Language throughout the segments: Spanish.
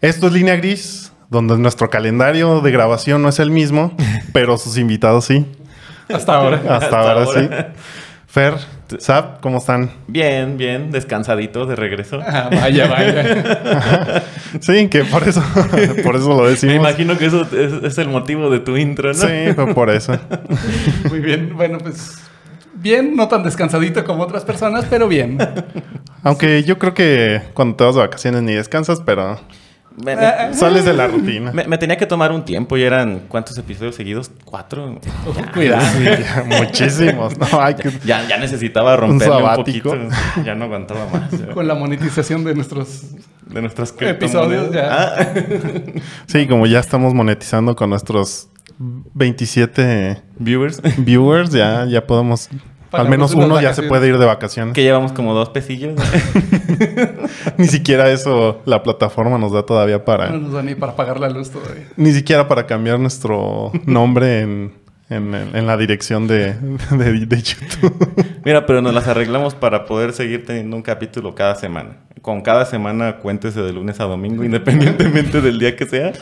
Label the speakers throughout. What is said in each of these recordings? Speaker 1: Esto es Línea Gris, donde nuestro calendario de grabación no es el mismo, pero sus invitados sí.
Speaker 2: Hasta ahora.
Speaker 1: Hasta,
Speaker 3: Hasta
Speaker 1: ahora,
Speaker 3: ahora.
Speaker 1: sí. Fer, Zap, ¿cómo están?
Speaker 3: Bien, bien, descansadito de regreso.
Speaker 2: Ah, vaya, vaya.
Speaker 1: Sí, que por eso, por eso lo
Speaker 3: Me
Speaker 1: decimos.
Speaker 3: imagino que eso es, es el motivo de tu intro, ¿no?
Speaker 1: Sí, fue por eso.
Speaker 2: Muy bien. Bueno, pues bien, no tan descansadito como otras personas, pero bien.
Speaker 1: Aunque yo creo que cuando te vas de vacaciones ni descansas, pero
Speaker 3: Me,
Speaker 1: sales de la rutina.
Speaker 3: me- me tenía que tomar un tiempo y eran cuántos episodios seguidos? Cuatro.
Speaker 2: Uf, cuidado.
Speaker 1: Sí, ya, muchísimos. No, Ay, que-
Speaker 3: Ya, ya necesitaba romperme un,
Speaker 1: sabático.
Speaker 3: poquito. Ya no aguantaba más. ya.
Speaker 2: Con la monetización de nuestros.
Speaker 3: De nuestras
Speaker 2: Episodios,
Speaker 3: criptomonedas.
Speaker 2: ya.
Speaker 3: Ah,
Speaker 1: Sí, como ya estamos monetizando con nuestros 27
Speaker 3: viewers.
Speaker 1: viewers, ya, ya podemos.
Speaker 2: Pagamos
Speaker 1: al menos
Speaker 2: unas
Speaker 1: uno ya se
Speaker 2: vacaciones.
Speaker 1: puede ir de vacaciones.
Speaker 3: Que llevamos como dos pesillos.
Speaker 1: Ni siquiera eso la plataforma nos da todavía para.
Speaker 2: No nos da ni para pagar la luz todavía.
Speaker 1: Ni siquiera para cambiar nuestro nombre en, en- en- en la dirección de, de- de YouTube.
Speaker 3: Mira, pero nos las arreglamos para poder seguir teniendo un capítulo cada semana. Con cada semana cuéntese de lunes a domingo, independientemente del día que sea.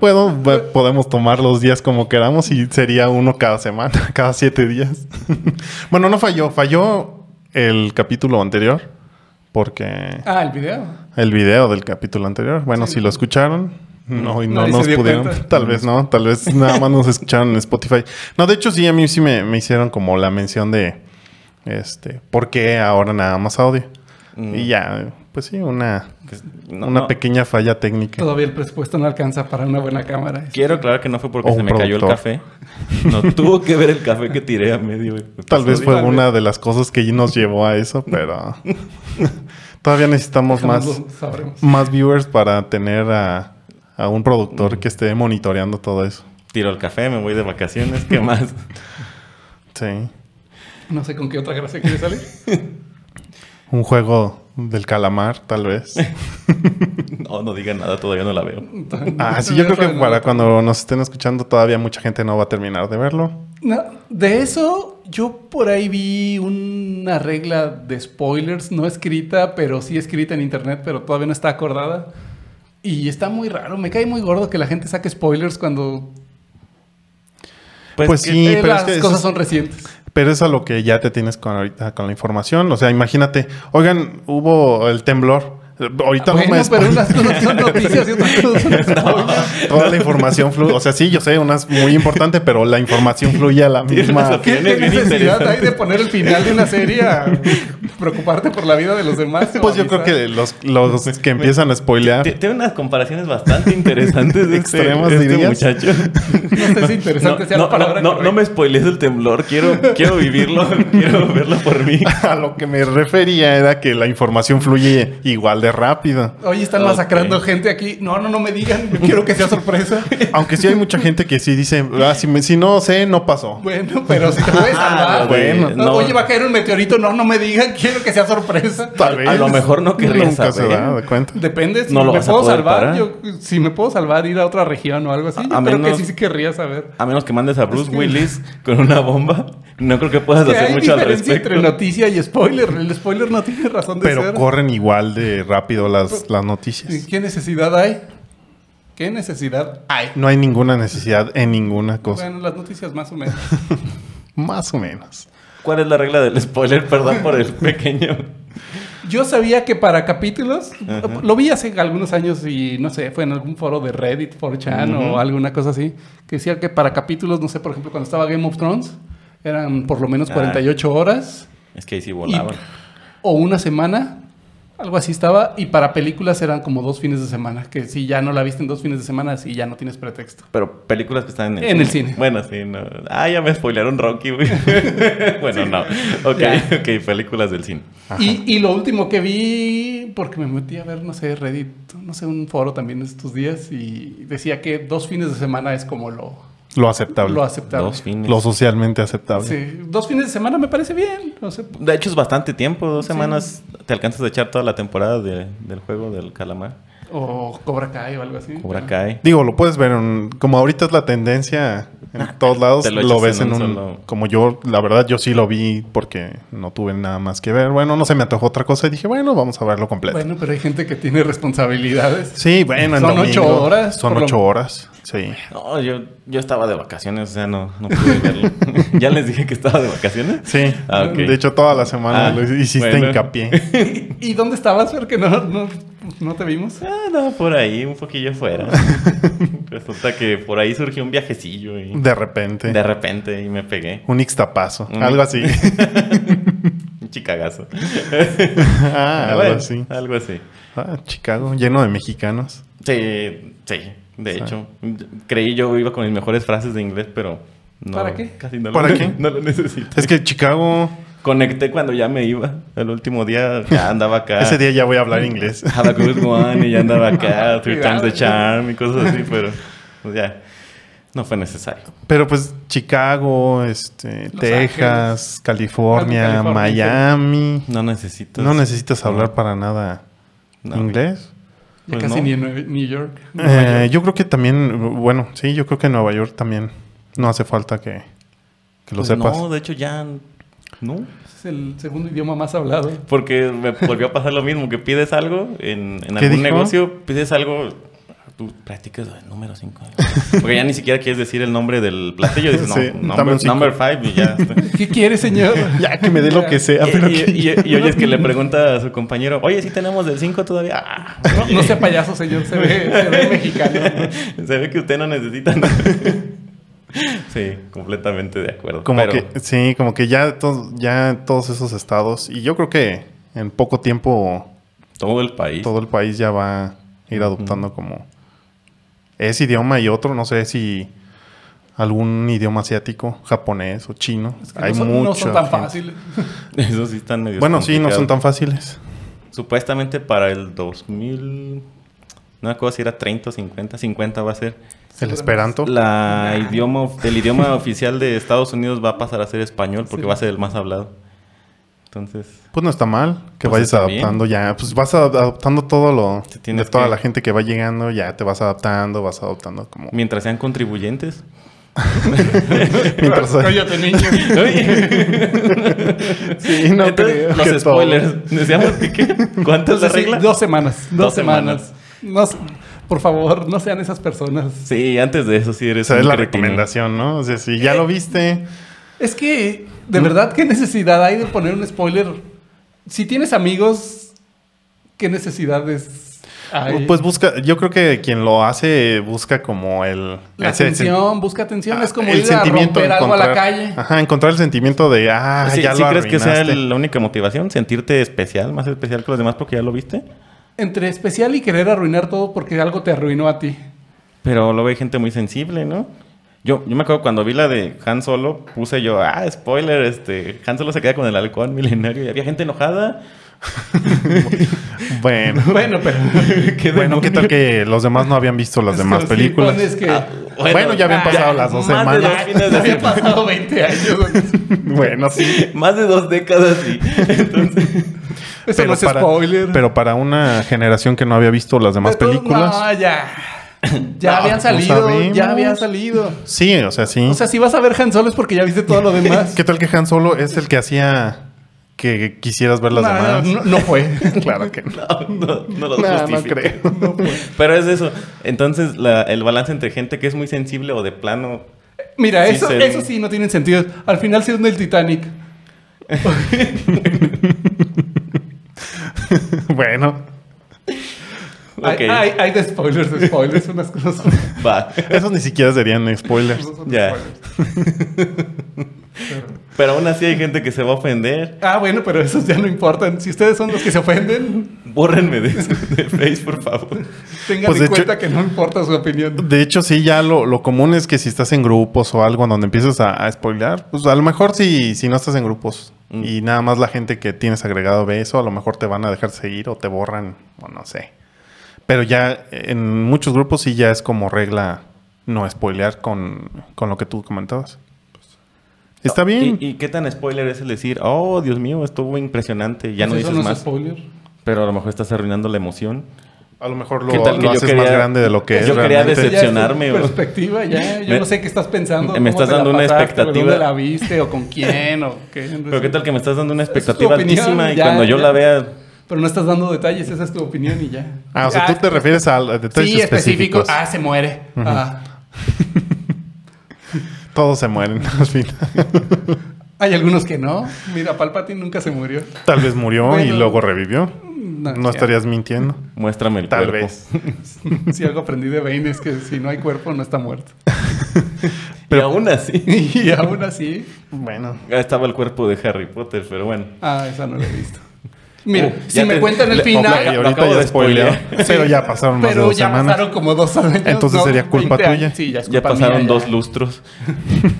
Speaker 1: Bueno, va- podemos tomar los días como queramos y sería uno cada semana, cada siete días. bueno, no falló, falló el capítulo anterior porque
Speaker 2: Ah, el video.
Speaker 1: el video del capítulo anterior. Bueno,
Speaker 2: Sí.
Speaker 1: si lo escucharon, no, y no
Speaker 2: Nadie se
Speaker 1: nos
Speaker 2: dio
Speaker 1: pudieron.
Speaker 2: cuenta.
Speaker 1: Tal vez no, tal vez nada más nos escucharon en Spotify. No, de hecho, sí, a mí sí me, me hicieron como la mención de este, ¿por qué ahora nada más audio?
Speaker 3: Mm.
Speaker 1: Y ya, pues sí, una,
Speaker 3: Que es- no,
Speaker 1: una
Speaker 3: no.
Speaker 1: pequeña falla técnica.
Speaker 2: Todavía el presupuesto no alcanza para una buena cámara.
Speaker 3: Quiero aclarar que no fue porque
Speaker 1: O un
Speaker 3: se me cayó el
Speaker 1: productor.
Speaker 3: café. No tuvo que ver el café que tiré a medio. episodio.
Speaker 1: Tal vez fue
Speaker 2: Tal vez.
Speaker 1: una de las cosas que nos llevó a eso, pero todavía necesitamos
Speaker 2: Jamás
Speaker 1: más,
Speaker 2: lo sabremos.
Speaker 1: más viewers para tener a, a un productor que esté monitoreando todo eso.
Speaker 3: Tiro el café, me voy de vacaciones, ¿qué más?
Speaker 1: Sí.
Speaker 2: No sé con qué otra gracia quiere salir.
Speaker 1: Un juego del calamar, tal vez.
Speaker 3: No, no digan nada, todavía no la veo.
Speaker 1: Ah, sí, yo creo que para cuando nos estén escuchando todavía mucha gente no va a terminar de verlo.
Speaker 2: No, de eso yo por ahí vi una regla de spoilers, no escrita, pero sí escrita en internet, pero todavía no está acordada. Y está muy raro, me cae muy gordo que la gente saque spoilers cuando
Speaker 1: Pues,
Speaker 3: que-
Speaker 1: sí,
Speaker 2: eh,
Speaker 1: pero es
Speaker 2: las
Speaker 1: que eso
Speaker 2: cosas
Speaker 1: es-
Speaker 2: son recientes.
Speaker 1: Pero es a lo que ya te tienes con ahorita con la información. O sea, imagínate, oigan, hubo el temblor. Eh, Ahorita no
Speaker 2: Ah, Bueno,
Speaker 1: me
Speaker 2: pero
Speaker 1: spoil-
Speaker 2: unas cosas son noticias y otras cosas son spoilers.
Speaker 1: Toda la información fluye. O sea, sí, yo sé, una es muy importante, pero la información fluye a la misma.
Speaker 3: razón.
Speaker 2: ¿Qué,
Speaker 3: Bien,
Speaker 2: qué
Speaker 3: bien
Speaker 2: necesidad hay
Speaker 3: interesante.
Speaker 2: de poner el final de una serie a preocuparte por la vida de los demás? o
Speaker 1: Pues yo creo
Speaker 2: avisar?
Speaker 1: que los, los que empiezan a
Speaker 3: Ti-
Speaker 1: spoilear.
Speaker 3: Tiene unas comparaciones bastante interesantes de este,
Speaker 1: Extremas,
Speaker 3: este
Speaker 1: dirías.
Speaker 3: muchacho.
Speaker 2: No sé si
Speaker 3: No,
Speaker 2: interesante Pues sea la
Speaker 3: no,
Speaker 2: palabra
Speaker 3: no, no, no
Speaker 2: correcta.
Speaker 3: me spoilees el temblor, quiero, quiero vivirlo, quiero verlo por mí.
Speaker 1: A lo que me refería era que la información fluye igual de rápido.
Speaker 2: Oye, están
Speaker 3: Ok.
Speaker 2: masacrando gente aquí. No, no, no me digan. Yo quiero que sea sorpresa.
Speaker 1: Aunque sí hay mucha gente que sí dice, "Ah, si, me- si no sé, no pasó.
Speaker 2: Bueno, pero si te puedes
Speaker 3: Ah,
Speaker 2: salvar.
Speaker 1: bueno,
Speaker 2: No,
Speaker 3: no.
Speaker 2: Oye, va a caer un meteorito. No, no me digan. Quiero que sea sorpresa.
Speaker 1: Tal
Speaker 3: A-
Speaker 1: vez.
Speaker 3: a lo mejor no querría
Speaker 1: Nunca se
Speaker 3: saber.
Speaker 1: da de cuenta.
Speaker 2: Depende. Si
Speaker 3: No lo
Speaker 2: me
Speaker 3: vas a
Speaker 2: puedo
Speaker 3: poder
Speaker 2: salvar,
Speaker 3: parar.
Speaker 2: yo, si me puedo salvar, ir a otra región o algo así.
Speaker 3: A-
Speaker 2: Yo
Speaker 3: a
Speaker 2: creo que
Speaker 3: menos-
Speaker 2: sí, sí querría saber.
Speaker 3: A menos que mandes a Bruce
Speaker 2: Es que-
Speaker 3: Willis con una bomba, no creo que puedas
Speaker 2: Que
Speaker 3: hacer
Speaker 2: hay
Speaker 3: mucho al
Speaker 2: diferencia
Speaker 3: respecto.
Speaker 2: entre noticia y spoiler. El spoiler no tiene razón de
Speaker 1: Pero
Speaker 2: ser.
Speaker 1: corren igual de rápido las, las noticias.
Speaker 2: ¿Qué necesidad hay? ¿Qué necesidad hay?
Speaker 1: No hay ninguna necesidad en ninguna
Speaker 3: Pues
Speaker 1: cosa.
Speaker 2: Bueno, las noticias más o menos.
Speaker 1: Más o menos.
Speaker 3: ¿Cuál es la regla del spoiler? Perdón por el pequeño.
Speaker 2: Yo sabía que para capítulos,
Speaker 3: Ajá.
Speaker 2: lo vi hace algunos años y no sé, fue en algún foro de Reddit, 4chan o alguna cosa así, que decía que para capítulos, no sé, por ejemplo, cuando estaba Game of Thrones, eran por lo menos
Speaker 3: Ah.
Speaker 2: 48 horas
Speaker 3: Es que ahí sí volaban.
Speaker 2: o una semana, algo así estaba, y para películas eran como dos fines de semana, que si ya no la viste en dos fines de semana, así ya no tienes pretexto.
Speaker 3: Pero películas que están en el,
Speaker 2: En el cine.
Speaker 3: Bueno, sí, no. Ah, ya me spoilearon Rocky, güey. bueno, no. Ok,
Speaker 2: Ya.
Speaker 3: ok, películas del cine.
Speaker 2: Y, y lo último que vi, porque me metí a ver, no sé, Reddit, no sé, un foro también estos días, y decía que dos fines de semana es como lo...
Speaker 1: Lo aceptable.
Speaker 2: Lo aceptable.
Speaker 3: Dos fines.
Speaker 1: Lo socialmente aceptable.
Speaker 2: Sí, dos fines de semana me parece bien. O sea,
Speaker 3: De hecho, es bastante tiempo. Dos semanas te alcanzas a echar toda la temporada de- del juego del calamar.
Speaker 2: o Cobra Kai o algo así.
Speaker 3: Cobra Kai.
Speaker 1: Digo, lo puedes ver en- como ahorita es la tendencia En todos lados
Speaker 3: Ah, Te
Speaker 1: lo,
Speaker 3: lo
Speaker 1: ves
Speaker 3: echas
Speaker 1: en
Speaker 3: en
Speaker 1: un...
Speaker 3: un solo-
Speaker 1: Como yo, la verdad, yo sí lo vi porque no tuve nada más que ver. Bueno, no se me antojó otra cosa y dije, bueno, vamos a verlo completo.
Speaker 2: Bueno, pero hay gente que tiene responsabilidades.
Speaker 1: Sí, bueno, en
Speaker 2: Son
Speaker 1: domingo.
Speaker 2: ocho horas,
Speaker 1: Son
Speaker 2: por lo-
Speaker 1: ocho horas, sí.
Speaker 3: No, yo, yo estaba de vacaciones, o sea, no, no pude verlo. ya les dije que estaba de vacaciones.
Speaker 1: Sí,
Speaker 3: Ah, ok.
Speaker 1: de hecho toda la semana
Speaker 3: Ah,
Speaker 1: lo hiciste
Speaker 3: bueno.
Speaker 1: hincapié.
Speaker 2: ¿Y, y dónde estabas, Fer, que no, no, no te vimos?
Speaker 3: Ah, no, por ahí, un poquillo fuera. Resulta que por ahí surgió un viajecillo y
Speaker 1: De repente.
Speaker 3: de repente y me pegué.
Speaker 1: Un ixtapazo,
Speaker 3: Un-
Speaker 1: algo así.
Speaker 3: Un chicagazo.
Speaker 1: Ah, algo
Speaker 3: Bueno,
Speaker 1: así.
Speaker 3: Algo así.
Speaker 1: Ah, Chicago, lleno de mexicanos.
Speaker 3: Sí, sí, de
Speaker 1: Sí.
Speaker 3: hecho. Creí yo iba con mis mejores frases de inglés, pero no.
Speaker 2: ¿Para qué?
Speaker 3: Casi no
Speaker 1: ¿Para
Speaker 3: lo,
Speaker 1: qué?
Speaker 3: No lo necesito.
Speaker 1: Es que Chicago,
Speaker 3: Conecté cuando ya me iba. El último día ya andaba acá.
Speaker 1: ese día ya voy a hablar inglés.
Speaker 3: Ah. Have a good one y ya andaba acá. Three
Speaker 2: Cuidado,
Speaker 3: times the
Speaker 2: ya.
Speaker 3: charm y cosas así, pero pues ya. No fue necesario.
Speaker 1: Pero pues Chicago, este,
Speaker 2: Los
Speaker 1: Texas, California,
Speaker 2: California,
Speaker 1: Miami.
Speaker 3: No necesitas.
Speaker 1: no necesitas hablar para nada
Speaker 3: No.
Speaker 1: inglés.
Speaker 2: Ya
Speaker 3: Pues
Speaker 2: casi
Speaker 3: no.
Speaker 2: ni en Nue- New York.
Speaker 1: Eh, yo creo que también, bueno, sí, yo creo que en Nueva York también no hace falta que, que lo
Speaker 3: Pues
Speaker 1: sepas.
Speaker 3: No, de hecho ya. No.
Speaker 2: Es el segundo idioma más hablado.
Speaker 3: Porque me volvió a pasar lo mismo, que pides algo en, en
Speaker 1: ¿Qué dijo?
Speaker 3: algún negocio, pides algo, tú practicas el número 5. Porque ya ni siquiera quieres decir el nombre del platillo, dices,
Speaker 1: Sí,
Speaker 3: no,
Speaker 1: dame un
Speaker 3: number,
Speaker 1: cinco.
Speaker 3: number five y ya. está.
Speaker 2: ¿Qué quiere, señor?
Speaker 1: Ya que me dé lo que sea, pero
Speaker 3: y,
Speaker 1: que-
Speaker 3: y- y- y oyes que le pregunta a su compañero, oye, si tenemos del 5 todavía. Ah,
Speaker 2: No, no sea payaso, señor. Se ve, se ve mexicano.
Speaker 3: Se ve que usted no necesita nada. sí, completamente de acuerdo.
Speaker 1: Como
Speaker 3: Pero
Speaker 1: que, sí, como que ya, to- ya todos esos estados, y yo creo que en poco tiempo
Speaker 3: todo el país.
Speaker 1: todo el país ya va a ir adoptando como ese idioma y otro, no sé si algún idioma asiático, japonés o chino.
Speaker 2: Es que
Speaker 1: Hay
Speaker 2: no, son,
Speaker 1: mucho.
Speaker 2: no son tan fáciles.
Speaker 3: Eso sí están medio
Speaker 1: Bueno, sí, no son
Speaker 3: complicados.
Speaker 1: tan fáciles.
Speaker 3: Supuestamente para el 2000, no me acuerdo si era 30 o 50, 50 va a ser.
Speaker 1: El esperanto.
Speaker 3: La idioma, of- el idioma oficial de Estados Unidos va a pasar a ser español porque
Speaker 2: Sí.
Speaker 3: va a ser el más hablado. Entonces,
Speaker 1: Pues no está mal que
Speaker 3: Pues
Speaker 1: vayas
Speaker 3: está bien.
Speaker 1: adaptando ya. Pues vas ad- adaptando todo lo
Speaker 3: Te
Speaker 1: de
Speaker 3: tienes
Speaker 1: toda
Speaker 3: que-
Speaker 1: la gente que va llegando, ya te vas adaptando, vas adoptando como
Speaker 3: mientras sean contribuyentes.
Speaker 1: mientras
Speaker 2: Cállate, niño.
Speaker 1: Sí, no
Speaker 3: Entonces,
Speaker 1: creo que todo.
Speaker 3: los spoilers. Decíamos que qué? ¿Cuánto es la
Speaker 2: Entonces, sí,
Speaker 3: regla?
Speaker 2: dos semanas. Dos,
Speaker 3: Dos
Speaker 2: semanas. No s- por favor, no sean esas personas.
Speaker 3: Sí, antes de eso sí eres
Speaker 1: Esa es
Speaker 3: un
Speaker 1: la
Speaker 3: cretino.
Speaker 1: recomendación, ¿no? O sea, si
Speaker 3: Eh,
Speaker 1: ya lo viste,
Speaker 2: Es que, de verdad, ¿qué necesidad hay de poner un spoiler? Si tienes amigos, ¿qué necesidades hay?
Speaker 1: pues busca, yo creo que quien lo hace busca como el...
Speaker 2: la
Speaker 1: ese sen-
Speaker 2: atención, busca atención. es como
Speaker 1: el
Speaker 2: ir a romper
Speaker 1: de
Speaker 2: algo a la
Speaker 1: encontrar- Ah.
Speaker 2: calle.
Speaker 1: Ajá, encontrar el sentimiento de, ah,
Speaker 3: Sí,
Speaker 1: ya
Speaker 3: sí
Speaker 1: lo
Speaker 3: crees que sea
Speaker 1: arruinaste.
Speaker 3: la única motivación? ¿Sentirte especial, más especial que los demás porque ya lo viste?
Speaker 2: Entre especial y querer arruinar todo porque algo te arruinó a ti.
Speaker 3: Pero luego hay gente muy sensible, ¿no? Yo, yo me acuerdo cuando vi la de Han Solo, puse yo, ah, spoiler, este, Han Solo se queda con el halcón milenario y había gente enojada.
Speaker 1: Bueno,
Speaker 2: Bueno, pero.
Speaker 1: bueno, ¿qué tal que los demás no habían visto las demás
Speaker 2: Sí,
Speaker 1: películas? Ah.
Speaker 2: pones que-
Speaker 1: Bueno, ya habían
Speaker 2: ah,
Speaker 1: pasado
Speaker 2: ya,
Speaker 1: las dos
Speaker 3: Ah, más de
Speaker 1: semanas.
Speaker 3: dos fines de
Speaker 2: había pasado 20 años.
Speaker 1: Bueno, sí.
Speaker 3: Más de dos décadas sí. Entonces,
Speaker 2: Eso no es
Speaker 1: para,
Speaker 2: spoiler.
Speaker 1: Pero para una generación que no había visto las demás
Speaker 2: Pero,
Speaker 1: películas.
Speaker 2: No, ya. Ya
Speaker 1: No,
Speaker 2: habían
Speaker 1: no
Speaker 2: salido,
Speaker 1: sabemos.
Speaker 2: ya habían salido.
Speaker 1: Sí, o sea, sí.
Speaker 2: O sea, si vas a ver Han Solo es porque ya viste todo lo demás.
Speaker 1: ¿Qué tal que Han Solo es el que hacía que quisieras ver las
Speaker 2: No,
Speaker 1: demás?
Speaker 2: no, no fue.
Speaker 1: Claro que no.
Speaker 3: no, no, no lo
Speaker 1: No, no
Speaker 3: justifico. pues.
Speaker 1: creo.
Speaker 3: Pero es eso. Entonces, la- el balance entre gente que es muy sensible o de plano...
Speaker 2: Mira,
Speaker 3: Sí,
Speaker 2: eso,
Speaker 3: se-
Speaker 2: eso sí no tiene sentido. Al final sí es del Titanic.
Speaker 1: bueno,
Speaker 3: Ok,
Speaker 2: Hay, hay, hay de spoilers, de spoilers, unas cosas.
Speaker 3: va.
Speaker 1: esos ni siquiera serían spoilers.
Speaker 2: unos son
Speaker 3: Ya.
Speaker 2: spoilers. Pero-
Speaker 3: Pero aún así hay gente que se va a ofender.
Speaker 2: Ah, bueno, pero esos ya no importan. Si ustedes son los que se ofenden,
Speaker 3: Bórrenme de, de Face, por favor.
Speaker 2: tengan
Speaker 1: Pues, de
Speaker 2: en
Speaker 1: hecho-
Speaker 2: cuenta que no importa su opinión.
Speaker 1: De hecho, sí, ya lo, lo común es que si estás en grupos o algo en donde empiezas a, a spoilear, pues a lo mejor si, si no estás en grupos
Speaker 3: Mm.
Speaker 1: y nada más la gente que tienes agregado ve eso, a lo mejor te van a dejar seguir o te borran o no sé. Pero ya en muchos grupos sí ya es como regla no spoilear con, con lo que tú comentabas. Está bien.
Speaker 3: Pues, ah, ¿Y, y qué tan spoiler es el decir, oh, Dios mío, estuvo impresionante, ya no
Speaker 2: Pues eso
Speaker 3: dices
Speaker 2: es
Speaker 3: más?
Speaker 2: spoiler. Pues
Speaker 3: Pero a lo mejor estás arruinando la emoción.
Speaker 1: A lo mejor
Speaker 3: ¿Qué
Speaker 1: lo,
Speaker 3: tal que
Speaker 1: lo
Speaker 3: yo
Speaker 1: haces
Speaker 3: quería-
Speaker 1: más grande de lo que es.
Speaker 3: yo quería
Speaker 1: realmente.
Speaker 2: Ya es tu
Speaker 3: decepcionarme, güey.
Speaker 2: Perspectiva, ya. Yo
Speaker 3: Me-
Speaker 2: no sé qué estás pensando.
Speaker 3: me
Speaker 2: cómo
Speaker 3: estás
Speaker 2: te la
Speaker 3: dando una
Speaker 2: pasaste,
Speaker 3: expectativa.
Speaker 2: ¿Dónde la viste o con quién o qué?
Speaker 3: Pero qué tal que me estás dando una
Speaker 2: Esa es tu
Speaker 3: expectativa
Speaker 2: opinión,
Speaker 3: altísima y
Speaker 2: ya,
Speaker 3: cuando yo
Speaker 2: ya.
Speaker 3: la vea
Speaker 2: Pero no estás dando detalles, esa es tu opinión y ya.
Speaker 1: Ah, o sea, tú te refieres a, a detalles
Speaker 2: Sí, específico.
Speaker 1: específicos.
Speaker 2: Ah, se muere. Ah,
Speaker 1: Todos se mueren al final.
Speaker 2: hay algunos que no. Mira, Palpatine nunca se murió.
Speaker 1: Tal vez murió y
Speaker 2: Bueno.
Speaker 1: luego revivió.
Speaker 2: No,
Speaker 1: No
Speaker 2: ya.
Speaker 1: estarías mintiendo.
Speaker 3: muéstrame el
Speaker 1: Tal
Speaker 3: cuerpo.
Speaker 1: vez.
Speaker 2: Si algo aprendí de Bane es que si no hay cuerpo, no está muerto.
Speaker 3: y aún así
Speaker 2: Y aún así.
Speaker 1: Bueno.
Speaker 3: ya estaba el cuerpo de Harry Potter, pero bueno.
Speaker 2: Ah, esa no la he visto. Mira,
Speaker 1: Oh,
Speaker 3: Uh,
Speaker 2: si
Speaker 3: ya
Speaker 2: me
Speaker 3: te-
Speaker 2: cuentan el
Speaker 3: le-
Speaker 1: Y
Speaker 2: final.
Speaker 3: Lo
Speaker 1: ahorita
Speaker 3: acabo
Speaker 1: ya
Speaker 3: de spoilear.
Speaker 1: spoileó. Pero oh, ya pasaron más de
Speaker 2: Pero
Speaker 1: dos
Speaker 2: ya
Speaker 1: semanas.
Speaker 2: pasaron como dos años.
Speaker 1: Entonces sería culpa
Speaker 2: 20 años.
Speaker 1: tuya.
Speaker 2: Sí, ya es
Speaker 3: Ya
Speaker 2: culpa
Speaker 3: pasaron
Speaker 2: mía, ya.
Speaker 3: dos lustros.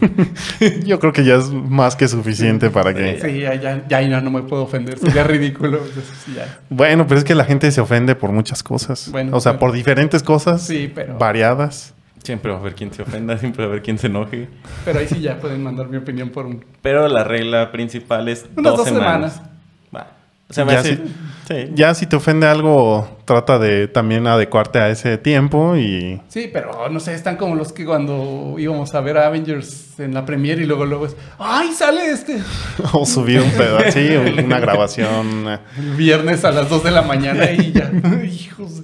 Speaker 1: Yo creo que ya es más que suficiente para que.
Speaker 2: Sí, ya, ya, ya, ya no me puedo ofender. Sería ridículo. Entonces, ya.
Speaker 1: Bueno, pero es que la gente se ofende por muchas cosas.
Speaker 2: Bueno,
Speaker 1: o sea,
Speaker 2: bueno.
Speaker 1: por diferentes cosas
Speaker 2: Sí, pero-
Speaker 1: variadas.
Speaker 3: Siempre va a haber quien se ofenda, siempre va a haber quien se enoje.
Speaker 2: Pero ahí sí ya pueden mandar mi opinión por un-
Speaker 3: Pero la regla principal es
Speaker 2: unas
Speaker 3: dos, semanas. Va. O sea, me
Speaker 1: Ya
Speaker 3: hace-
Speaker 1: sí.
Speaker 3: sí.
Speaker 1: Ya si te ofende algo, trata de también adecuarte a ese tiempo y
Speaker 2: Sí, pero no sé, están como los que cuando íbamos a ver Avengers en la premiere y luego luego es, ¡ay, sale este!
Speaker 1: o subir un pedazo, sí, una grabación. una-
Speaker 2: El viernes a las 2 de la mañana y ya, hijos.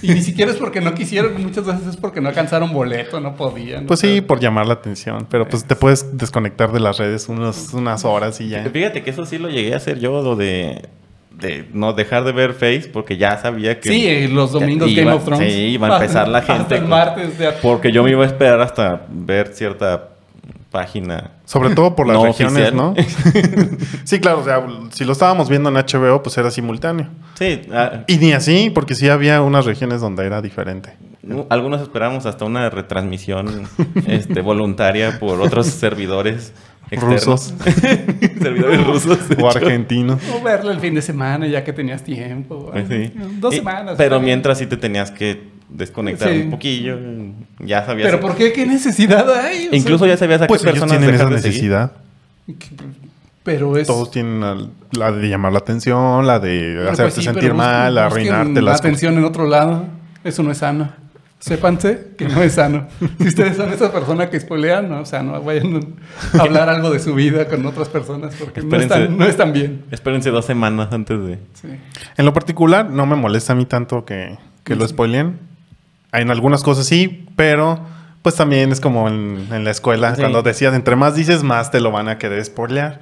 Speaker 2: Y ni siquiera es porque no quisieron, muchas veces es porque no alcanzaron boleto, no podían.
Speaker 1: Pues
Speaker 2: o sea,
Speaker 1: sí, por llamar la atención, pero pues te puedes desconectar de las redes unos, unas horas y ya.
Speaker 3: Fíjate que eso sí lo llegué a hacer yo, lo de, de no dejar de ver Face, porque ya sabía que...
Speaker 2: Sí, eh, los domingos
Speaker 3: que
Speaker 2: Game
Speaker 3: iba-
Speaker 2: of Thrones.
Speaker 3: Sí, iba a empezar la
Speaker 2: Hasta
Speaker 3: gente.
Speaker 2: el
Speaker 3: con-
Speaker 2: martes de-
Speaker 3: Porque yo me iba a esperar hasta ver cierta página.
Speaker 1: Sobre todo por las
Speaker 3: No
Speaker 1: regiones,
Speaker 3: oficial.
Speaker 1: ¿no? sí, claro, o sea, si lo estábamos viendo en HBO, pues era simultáneo.
Speaker 3: Sí, ah,
Speaker 1: Y ni así, porque sí había unas regiones donde era diferente.
Speaker 3: no, algunos esperamos hasta una retransmisión este, voluntaria por otros servidores externos.
Speaker 1: Rusos
Speaker 3: servidores rusos. de
Speaker 1: o
Speaker 3: hecho.
Speaker 1: argentinos.
Speaker 2: O verlo el fin de semana ya que tenías tiempo.
Speaker 3: Pues sí.
Speaker 2: Dos
Speaker 3: Y-
Speaker 2: semanas.
Speaker 3: Pero
Speaker 2: ¿sabes?
Speaker 3: mientras sí te tenías que desconectar
Speaker 2: Sí.
Speaker 3: un poquillo, ya sabías.
Speaker 2: ¿Pero por qué? ¿Qué necesidad hay? O sea,
Speaker 3: Incluso ya sabías a
Speaker 1: Pues
Speaker 3: qué
Speaker 1: ellos
Speaker 3: personas
Speaker 1: tienen
Speaker 3: dejar
Speaker 1: esa
Speaker 3: de seguir.
Speaker 1: necesidad.
Speaker 2: que- Pero es...
Speaker 1: Todos tienen al- la de llamar la atención, la de
Speaker 2: Bueno, pues
Speaker 1: hacerte
Speaker 2: sí,
Speaker 1: sentir
Speaker 2: Pues pero busquen-
Speaker 1: mal,
Speaker 2: busquen
Speaker 1: arruinarte
Speaker 2: la
Speaker 1: las cosas.
Speaker 2: atención en otro lado. Eso no es sano. Sépanse que no es sano. Si ustedes son esa persona que spoilean, no, o sea, no vayan a hablar algo de su vida con otras personas porque no
Speaker 3: Espérense.
Speaker 2: están, no están bien.
Speaker 3: Espérense dos semanas antes de.
Speaker 2: Sí.
Speaker 1: En lo particular, no me molesta a mí tanto que, que lo spoileen. En algunas cosas sí, pero pues también es como en, en la escuela,
Speaker 3: Sí.
Speaker 1: cuando decías, entre más dices, más te lo van a querer spoilear.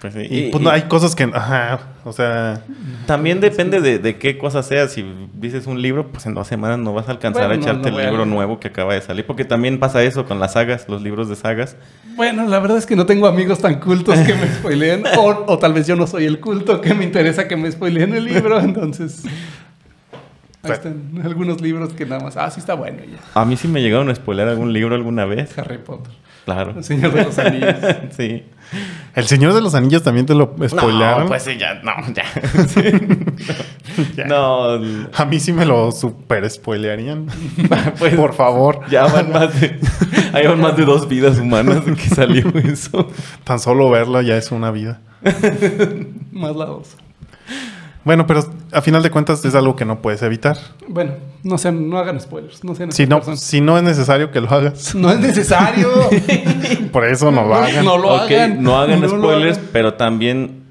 Speaker 3: pues, sí.
Speaker 1: Y,
Speaker 3: Y-
Speaker 1: pues
Speaker 3: y
Speaker 1: no, hay cosas que, ajá, o sea,
Speaker 3: También depende de, de qué cosa sea. Si dices un libro, pues en dos semanas no vas a alcanzar
Speaker 2: Bueno,
Speaker 3: a
Speaker 2: no,
Speaker 3: echarte
Speaker 2: no voy
Speaker 3: el
Speaker 2: a-
Speaker 3: libro nuevo que acaba de salir. Porque también pasa eso con las sagas, los libros de sagas.
Speaker 2: Bueno, la verdad es que no tengo amigos tan cultos que me spoileen. o, o tal vez yo no soy el culto que me interesa que me spoileen el libro. Entonces, ahí
Speaker 1: Bueno.
Speaker 2: están algunos libros que nada más. Ah, sí, está bueno. y Ya.
Speaker 3: A mí sí me llegaron a spoiler algún libro alguna vez.
Speaker 2: Harry Potter,
Speaker 3: Claro.
Speaker 2: El Señor de los Anillos.
Speaker 3: sí.
Speaker 1: el Señor de los Anillos también te lo spoilearon.
Speaker 2: Ah,
Speaker 3: No, pues sí, ya, no, ya. Sí.
Speaker 1: Ya.
Speaker 3: No, l-
Speaker 1: A mí sí me lo super spoilearían.
Speaker 3: pues,
Speaker 1: Por favor.
Speaker 3: ya van más de, ahí van más de dos vidas humanas de que salió eso.
Speaker 1: Tan solo verla ya es una vida.
Speaker 2: Más la dos.
Speaker 1: Bueno, pero a final de cuentas es algo que no puedes evitar.
Speaker 2: Bueno, no sean, no hagan spoilers, no sean
Speaker 1: Si
Speaker 2: esas
Speaker 1: no,
Speaker 2: personas.
Speaker 1: si no es necesario que lo hagas,
Speaker 2: No es necesario.
Speaker 1: por eso no lo hagan.
Speaker 2: No lo
Speaker 3: Ok,
Speaker 2: hagan.
Speaker 3: No hagan
Speaker 2: No lo
Speaker 3: spoilers,
Speaker 2: hagan.
Speaker 3: pero también,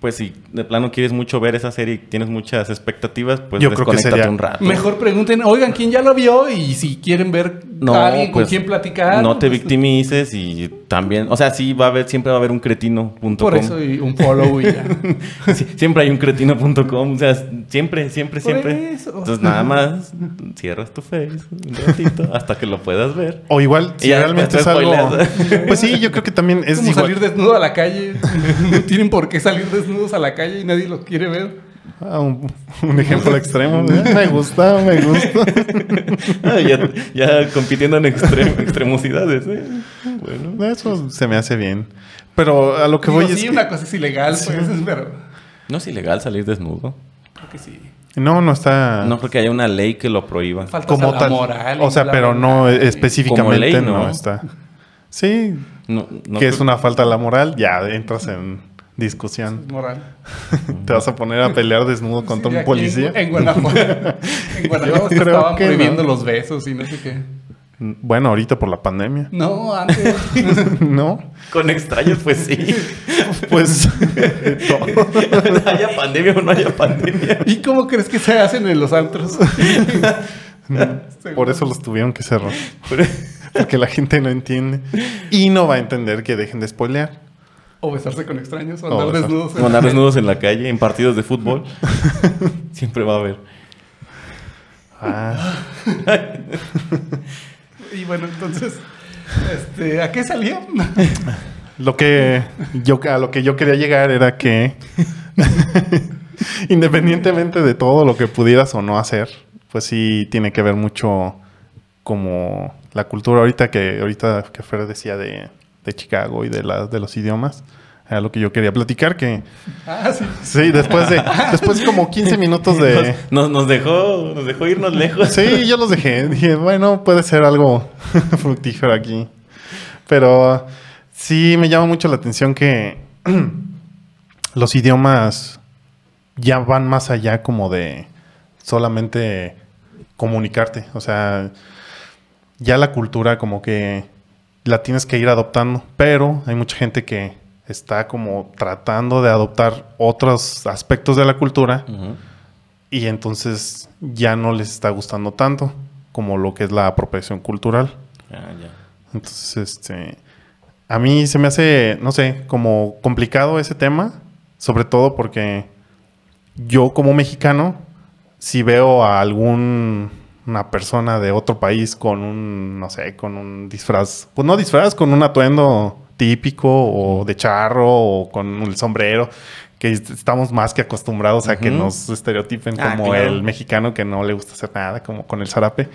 Speaker 3: pues si de plano quieres mucho ver esa serie y tienes muchas expectativas, pues
Speaker 1: Yo creo que
Speaker 3: desconéctate
Speaker 1: sería
Speaker 3: un rato.
Speaker 2: Mejor pregunten, oigan, ¿quién ya lo vio? Y si quieren ver
Speaker 3: No,
Speaker 2: a alguien con
Speaker 3: pues,
Speaker 2: quien platicar.
Speaker 3: No te
Speaker 2: pues,
Speaker 3: victimices y también, o sea, sí va a haber, siempre va a haber un cretino.com.
Speaker 2: Por eso y un follow y ya.
Speaker 3: Sí, siempre hay un cretino.com, o sea, siempre, siempre,
Speaker 2: Por
Speaker 3: siempre.
Speaker 2: eso.
Speaker 3: Entonces nada más cierras tu face un ratito hasta que lo puedas ver.
Speaker 1: O igual, si
Speaker 3: Y ya
Speaker 1: realmente es
Speaker 3: después
Speaker 1: algo.
Speaker 3: spoileas.
Speaker 1: Pues sí, yo creo que también
Speaker 2: Es
Speaker 1: es
Speaker 2: como
Speaker 1: igual.
Speaker 2: salir desnudo a la calle. No tienen por qué salir desnudos a la calle y nadie los quiere ver.
Speaker 1: Ah, un, un ejemplo extremo. Me gusta, me gusta.
Speaker 3: Ah, ya, ya compitiendo en extrem- extremosidades, ¿eh? Bueno.
Speaker 1: Eso se me hace bien. Pero a lo que
Speaker 2: Digo,
Speaker 1: voy es.
Speaker 2: sí,
Speaker 1: que-
Speaker 2: una cosa es ilegal, pues, pero.
Speaker 3: No es ilegal salir desnudo.
Speaker 2: Creo que sí.
Speaker 1: No, no está.
Speaker 3: No creo que haya una ley que lo prohíba.
Speaker 2: Faltas a
Speaker 1: como
Speaker 2: la
Speaker 1: tal.
Speaker 2: moral y
Speaker 1: o sea,
Speaker 2: bla,
Speaker 1: pero
Speaker 2: bla,
Speaker 1: no
Speaker 2: bla, y-
Speaker 1: específicamente
Speaker 3: ley,
Speaker 1: ¿no?
Speaker 3: ¿no?
Speaker 1: está. Sí,
Speaker 3: No, no
Speaker 1: que
Speaker 3: creo-
Speaker 1: es una falta a la moral, ya entras en, discusión.
Speaker 2: Moral.
Speaker 1: Te vas a poner a pelear desnudo contra
Speaker 2: Sí,
Speaker 1: un
Speaker 2: aquí
Speaker 1: policía.
Speaker 2: En, en Guanajuato. en Guanajuato
Speaker 1: Yo creo
Speaker 2: estaban
Speaker 1: que
Speaker 2: prohibiendo
Speaker 1: no.
Speaker 2: los besos y no sé qué.
Speaker 1: Bueno, ahorita por la pandemia.
Speaker 2: No, antes.
Speaker 1: no,
Speaker 3: Con extraños, pues sí.
Speaker 1: pues de todo.
Speaker 3: haya pandemia o no haya pandemia.
Speaker 2: ¿Y cómo crees que se hacen en los antros?
Speaker 1: Por eso los tuvieron que cerrar.
Speaker 3: Pero-
Speaker 1: Porque la gente no entiende. Y no va a entender que dejen de spoilear.
Speaker 2: O besarse con extraños, o
Speaker 1: O
Speaker 2: andar
Speaker 1: besar-
Speaker 2: desnudos.
Speaker 3: Como andar desnudos en la calle, en partidos de fútbol. Siempre va a haber.
Speaker 1: Ah,
Speaker 2: Y bueno, entonces, este, ¿a qué salió?
Speaker 1: lo que yo, a lo que yo quería llegar era que independientemente de todo lo que pudieras o no hacer, pues sí tiene que ver mucho como la cultura ahorita que ahorita que Fer decía de, de Chicago y de, la- de los idiomas. Era lo que yo quería platicar, que
Speaker 2: ah, sí.
Speaker 1: sí, después de después como 15 minutos de...
Speaker 3: Nos, nos, nos dejó, nos dejó irnos lejos.
Speaker 1: Sí, yo los dejé. Dije, bueno, puede ser algo fructífero aquí. Pero sí me llama mucho la atención que los idiomas ya van más allá como de solamente comunicarte. O sea, ya la cultura como que la tienes que ir adoptando. Pero hay mucha gente que está como tratando de adoptar otros aspectos de la cultura
Speaker 3: Ujú.
Speaker 1: y entonces ya no les está gustando tanto como lo que es la apropiación cultural.
Speaker 3: Ah, ya.
Speaker 1: Entonces, este, a mí se me hace, no sé, como complicado ese tema, sobre todo porque yo como mexicano, si veo a algún una persona de otro país con un, no sé, con un disfraz, pues no disfraz, con un atuendo típico o de charro o con el sombrero, que est- estamos más que acostumbrados a que
Speaker 3: Ujú.
Speaker 1: nos estereotipen
Speaker 3: Ah,
Speaker 1: como
Speaker 3: claro.
Speaker 1: el mexicano que no le gusta hacer nada, como con el zarape.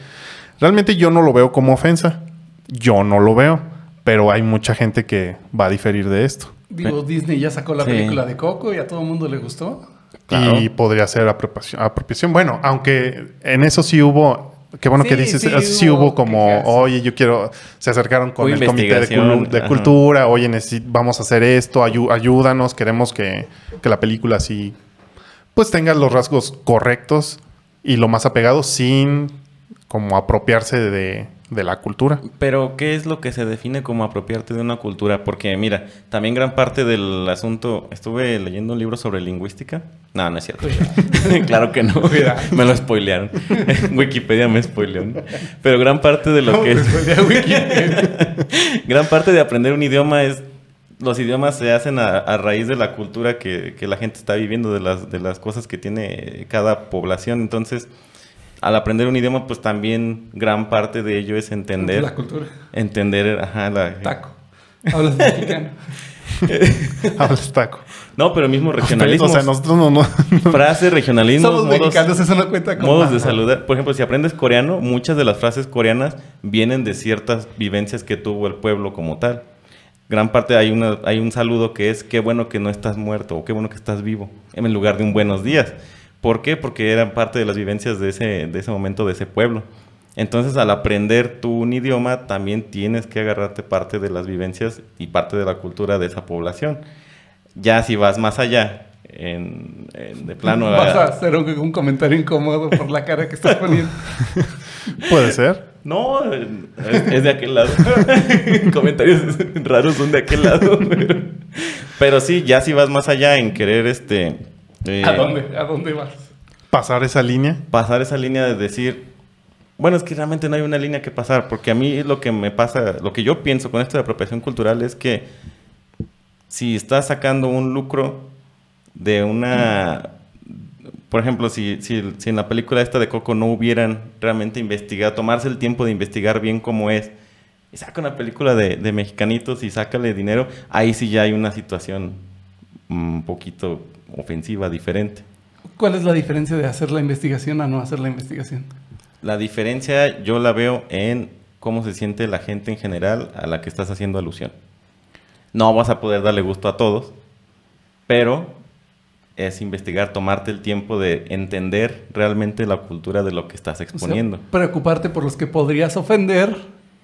Speaker 1: Realmente yo no lo veo como ofensa. Yo no lo veo. Pero hay mucha gente que va a diferir de esto.
Speaker 2: Digo, Disney ya sacó la
Speaker 3: Sí.
Speaker 2: película de Coco y a todo el mundo le gustó.
Speaker 3: Claro.
Speaker 1: Y podría ser apropiación, apropiación. Bueno, aunque en eso sí hubo. Qué bueno que
Speaker 2: Sí,
Speaker 1: dices,
Speaker 2: sí
Speaker 1: eso sí
Speaker 2: hubo
Speaker 1: hubo como,
Speaker 2: quejas.
Speaker 1: oye, yo quiero. Se acercaron con
Speaker 3: Hubo
Speaker 1: el comité de,
Speaker 3: investigación,
Speaker 1: culu- de
Speaker 3: ajá.
Speaker 1: cultura, oye, necesi- vamos a hacer esto, ayu- ayúdanos, queremos que, que la película sí. Pues tenga los rasgos correctos y lo más apegado sin como apropiarse de, de la cultura.
Speaker 3: Pero, ¿qué es lo que se define como apropiarte de una cultura? Porque, mira, también gran parte del asunto. Estuve leyendo un libro sobre lingüística. No, no es cierto. claro que no.
Speaker 2: Cuidado.
Speaker 3: Me lo spoilearon. Wikipedia me spoileó. ¿no? Pero gran parte de lo
Speaker 2: ¿Cómo
Speaker 3: que
Speaker 2: te
Speaker 3: es.
Speaker 2: spoilea Wikipedia?
Speaker 3: Gran parte de aprender un idioma es. Los idiomas se hacen a, a raíz de la cultura que, que la gente está viviendo, de las, de las cosas que tiene cada población. Entonces, al aprender un idioma, pues también gran parte de ello es entender.
Speaker 2: La cultura.
Speaker 3: Entender, ajá, la-
Speaker 2: Taco. Hablas mexicano.
Speaker 1: Hablas taco.
Speaker 3: No, pero mismo regionalismo.
Speaker 1: O sea, nosotros no, no-
Speaker 3: Frase, regionalismo,
Speaker 2: Somos
Speaker 3: modos,
Speaker 2: mexicanos, eso no cuenta como.
Speaker 3: modos de saludar. Por ejemplo, si aprendes coreano, muchas de las frases coreanas vienen de ciertas vivencias que tuvo el pueblo como tal. Gran parte hay, una, hay un saludo que es qué bueno que no estás muerto o qué bueno que estás vivo, en lugar de un buenos días. ¿Por qué? Porque eran parte de las vivencias de ese, de ese momento, de ese pueblo. Entonces, al aprender tú un idioma, también tienes que agarrarte parte de las vivencias y parte de la cultura de esa población. Ya si vas más allá, en, en- de plano...
Speaker 2: Vas a
Speaker 3: a-
Speaker 2: hacer un, un comentario incómodo por la cara que estás poniendo.
Speaker 1: puede ser.
Speaker 3: No, eh, es, es de aquel lado. Comentarios raros son de aquel lado. Pero, pero sí, ya si vas más allá en querer este... eh,
Speaker 2: ¿A dónde? ¿A dónde vas?
Speaker 1: pasar esa línea.
Speaker 3: pasar esa línea de decir, bueno, es que realmente no hay una línea que pasar, porque a mí lo que me pasa, lo que yo pienso con esto de apropiación cultural es que si estás sacando un lucro de una, por ejemplo, si, si- si en la película esta de Coco no hubieran realmente investigado, tomarse el tiempo de investigar bien cómo es, y saca una película de, de mexicanitos y sácale dinero, ahí sí ya hay una situación un poquito ofensiva, diferente.
Speaker 2: ¿Cuál es la diferencia de hacer la investigación a no hacer la investigación?
Speaker 3: La diferencia yo la veo en cómo se siente la gente en general a la que estás haciendo alusión. No vas a poder darle gusto a todos, pero es investigar, tomarte el tiempo de entender realmente la cultura de lo que estás
Speaker 2: O sea,
Speaker 3: exponiendo.
Speaker 2: preocuparte por los que podrías ofender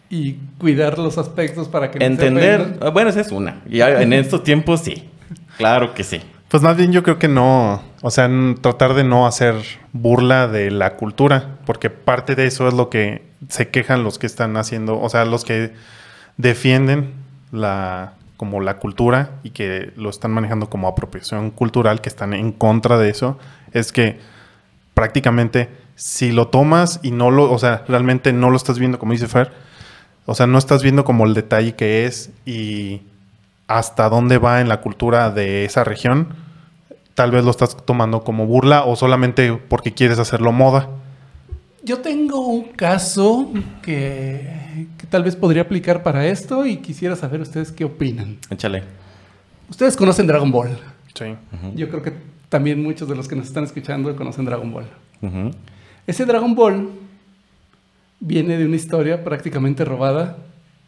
Speaker 2: y cuidar los aspectos para que no se
Speaker 3: entender,
Speaker 2: ofendan.
Speaker 3: ah, bueno, esa es una. Y a- en estos tiempos sí. Claro que sí.
Speaker 1: Pues más bien yo creo que no, o sea, n- tratar de no hacer burla de la cultura, porque parte de eso es lo que se quejan los que están haciendo, o sea, los que defienden la como la cultura y que lo están manejando como apropiación cultural, que están en contra de eso, es que prácticamente si lo tomas y no lo, o sea, realmente no lo estás viendo como dice Fer, o sea, no estás viendo como el detalle que es y hasta dónde va en la cultura de esa región, tal vez lo estás tomando como burla o solamente porque quieres hacerlo moda.
Speaker 2: Yo tengo un caso que, que tal vez podría aplicar para esto y quisiera saber ustedes qué opinan.
Speaker 3: Échale.
Speaker 2: Ustedes conocen Dragon Ball.
Speaker 1: Sí.
Speaker 2: Yo creo que también muchos de los que nos están escuchando conocen Dragon Ball.
Speaker 3: Ujú.
Speaker 2: Ese Dragon Ball viene de una historia prácticamente robada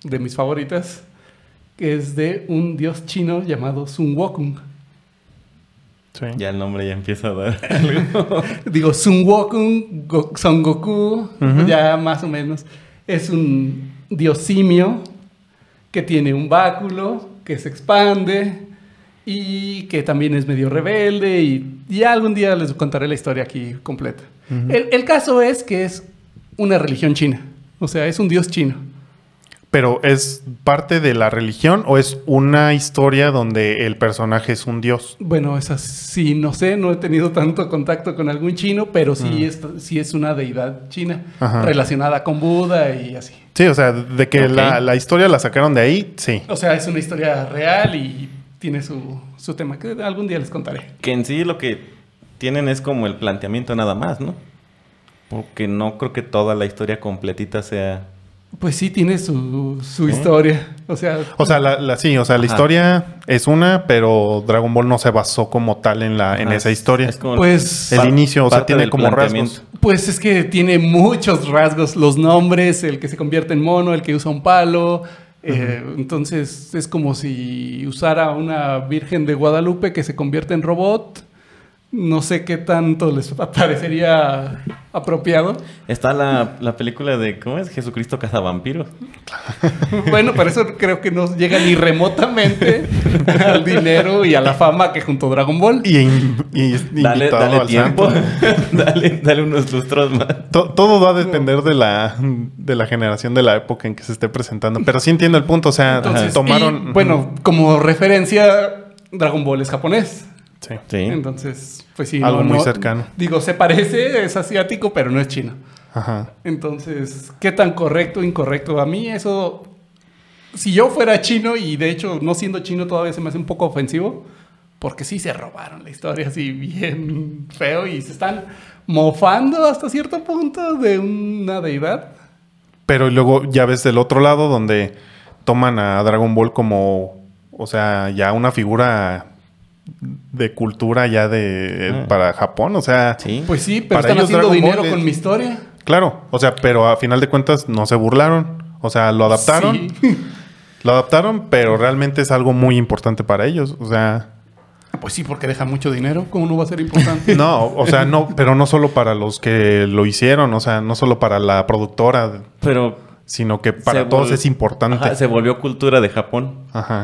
Speaker 2: de mis favoritas, que es de un dios chino llamado Sun Wokung.
Speaker 1: Sí.
Speaker 3: Ya el nombre ya empieza a dar algo.
Speaker 2: Digo, Sun Wokung, Go- Son Goku,
Speaker 1: Ujú.
Speaker 2: ya más o menos. Es un dios simio que tiene un báculo, que se expande y que también es medio rebelde. Y, y algún día les contaré la historia aquí completa. el, el caso es que es una religión china. O sea, es un dios chino.
Speaker 1: Pero es parte de la religión o es una historia donde el personaje es un dios.
Speaker 2: Bueno, es así, no sé, no he tenido tanto contacto con algún chino, pero sí, es, sí es una deidad china
Speaker 1: Ajá.
Speaker 2: relacionada con Buda y así.
Speaker 1: Sí, o sea, de que
Speaker 3: Ok.
Speaker 1: la, la historia la sacaron de ahí, sí.
Speaker 2: O sea, es una historia real y tiene su, su tema que algún día les contaré.
Speaker 3: Que en sí lo que tienen es como el planteamiento nada más, ¿no? Porque no creo que toda la historia completita sea...
Speaker 2: Pues sí, tiene su, su
Speaker 3: ¿Eh?
Speaker 2: historia. O sea,
Speaker 1: O sea, la, la- sí, o sea, la
Speaker 3: Ajá.
Speaker 1: historia es una, pero Dragon Ball no se basó como tal en la en
Speaker 3: Ajá,
Speaker 1: esa historia.
Speaker 3: es como
Speaker 2: pues,
Speaker 1: el inicio, o sea,
Speaker 3: parte
Speaker 1: tiene
Speaker 3: del
Speaker 1: como
Speaker 3: planteamiento.
Speaker 1: rasgos.
Speaker 2: pues es que tiene muchos rasgos. Los nombres, el que se convierte en mono, el que usa un palo. eh, entonces es como si usara una Virgen de Guadalupe que se convierte en robot. No sé qué tanto les parecería apropiado.
Speaker 3: Está la, la película de... ¿Cómo es? Jesucristo Cazavampiros.
Speaker 2: Bueno, pero eso creo que no llega ni remotamente al dinero y a la fama que juntó Dragon Ball.
Speaker 1: Y, in- y es
Speaker 3: Dale,
Speaker 1: invitado
Speaker 3: dale
Speaker 1: al
Speaker 3: tiempo.
Speaker 1: santo.
Speaker 3: dale, dale unos lustros más.
Speaker 1: To- todo va a depender de la, de la generación de la época en que se esté presentando. Pero sí entiendo el punto. O sea,
Speaker 2: Entonces,
Speaker 1: tomaron.
Speaker 2: y, bueno, como referencia, Dragon Ball es japonés.
Speaker 1: Sí.
Speaker 3: Sí.
Speaker 2: Entonces, pues sí.
Speaker 1: Algo muy cercano.
Speaker 2: Digo, se parece, es asiático, pero no es chino.
Speaker 1: Ajá.
Speaker 2: Entonces, ¿qué tan correcto o incorrecto? A mí eso, si yo fuera chino y de hecho no siendo chino todavía se me hace un poco ofensivo, porque sí se robaron la historia así bien feo y se están mofando hasta cierto punto de una deidad.
Speaker 1: Pero luego ya ves del otro lado donde toman a Dragon Ball como. O sea, ya una figura de cultura ya de.
Speaker 3: Ah.
Speaker 1: para Japón. O sea.
Speaker 3: Sí.
Speaker 2: Pues sí, pero
Speaker 1: Para
Speaker 2: están
Speaker 1: ellos
Speaker 2: haciendo
Speaker 1: Dragon Ball
Speaker 2: dinero
Speaker 1: es-
Speaker 2: con mi historia.
Speaker 1: Claro. O sea, pero a final de cuentas no se burlaron. O sea, lo adaptaron.
Speaker 2: Sí.
Speaker 1: Lo adaptaron, pero realmente es algo muy importante para ellos. O sea.
Speaker 2: Pues sí, porque deja mucho dinero. ¿Cómo no va a ser importante?
Speaker 1: No, o sea, no, pero no solo para los que lo hicieron, o sea, no solo para la productora,
Speaker 3: Pero
Speaker 1: sino que para
Speaker 3: Se
Speaker 1: todos
Speaker 3: vol-
Speaker 1: es importante.
Speaker 3: ajá,
Speaker 1: Ajá.
Speaker 3: se volvió cultura de Japón.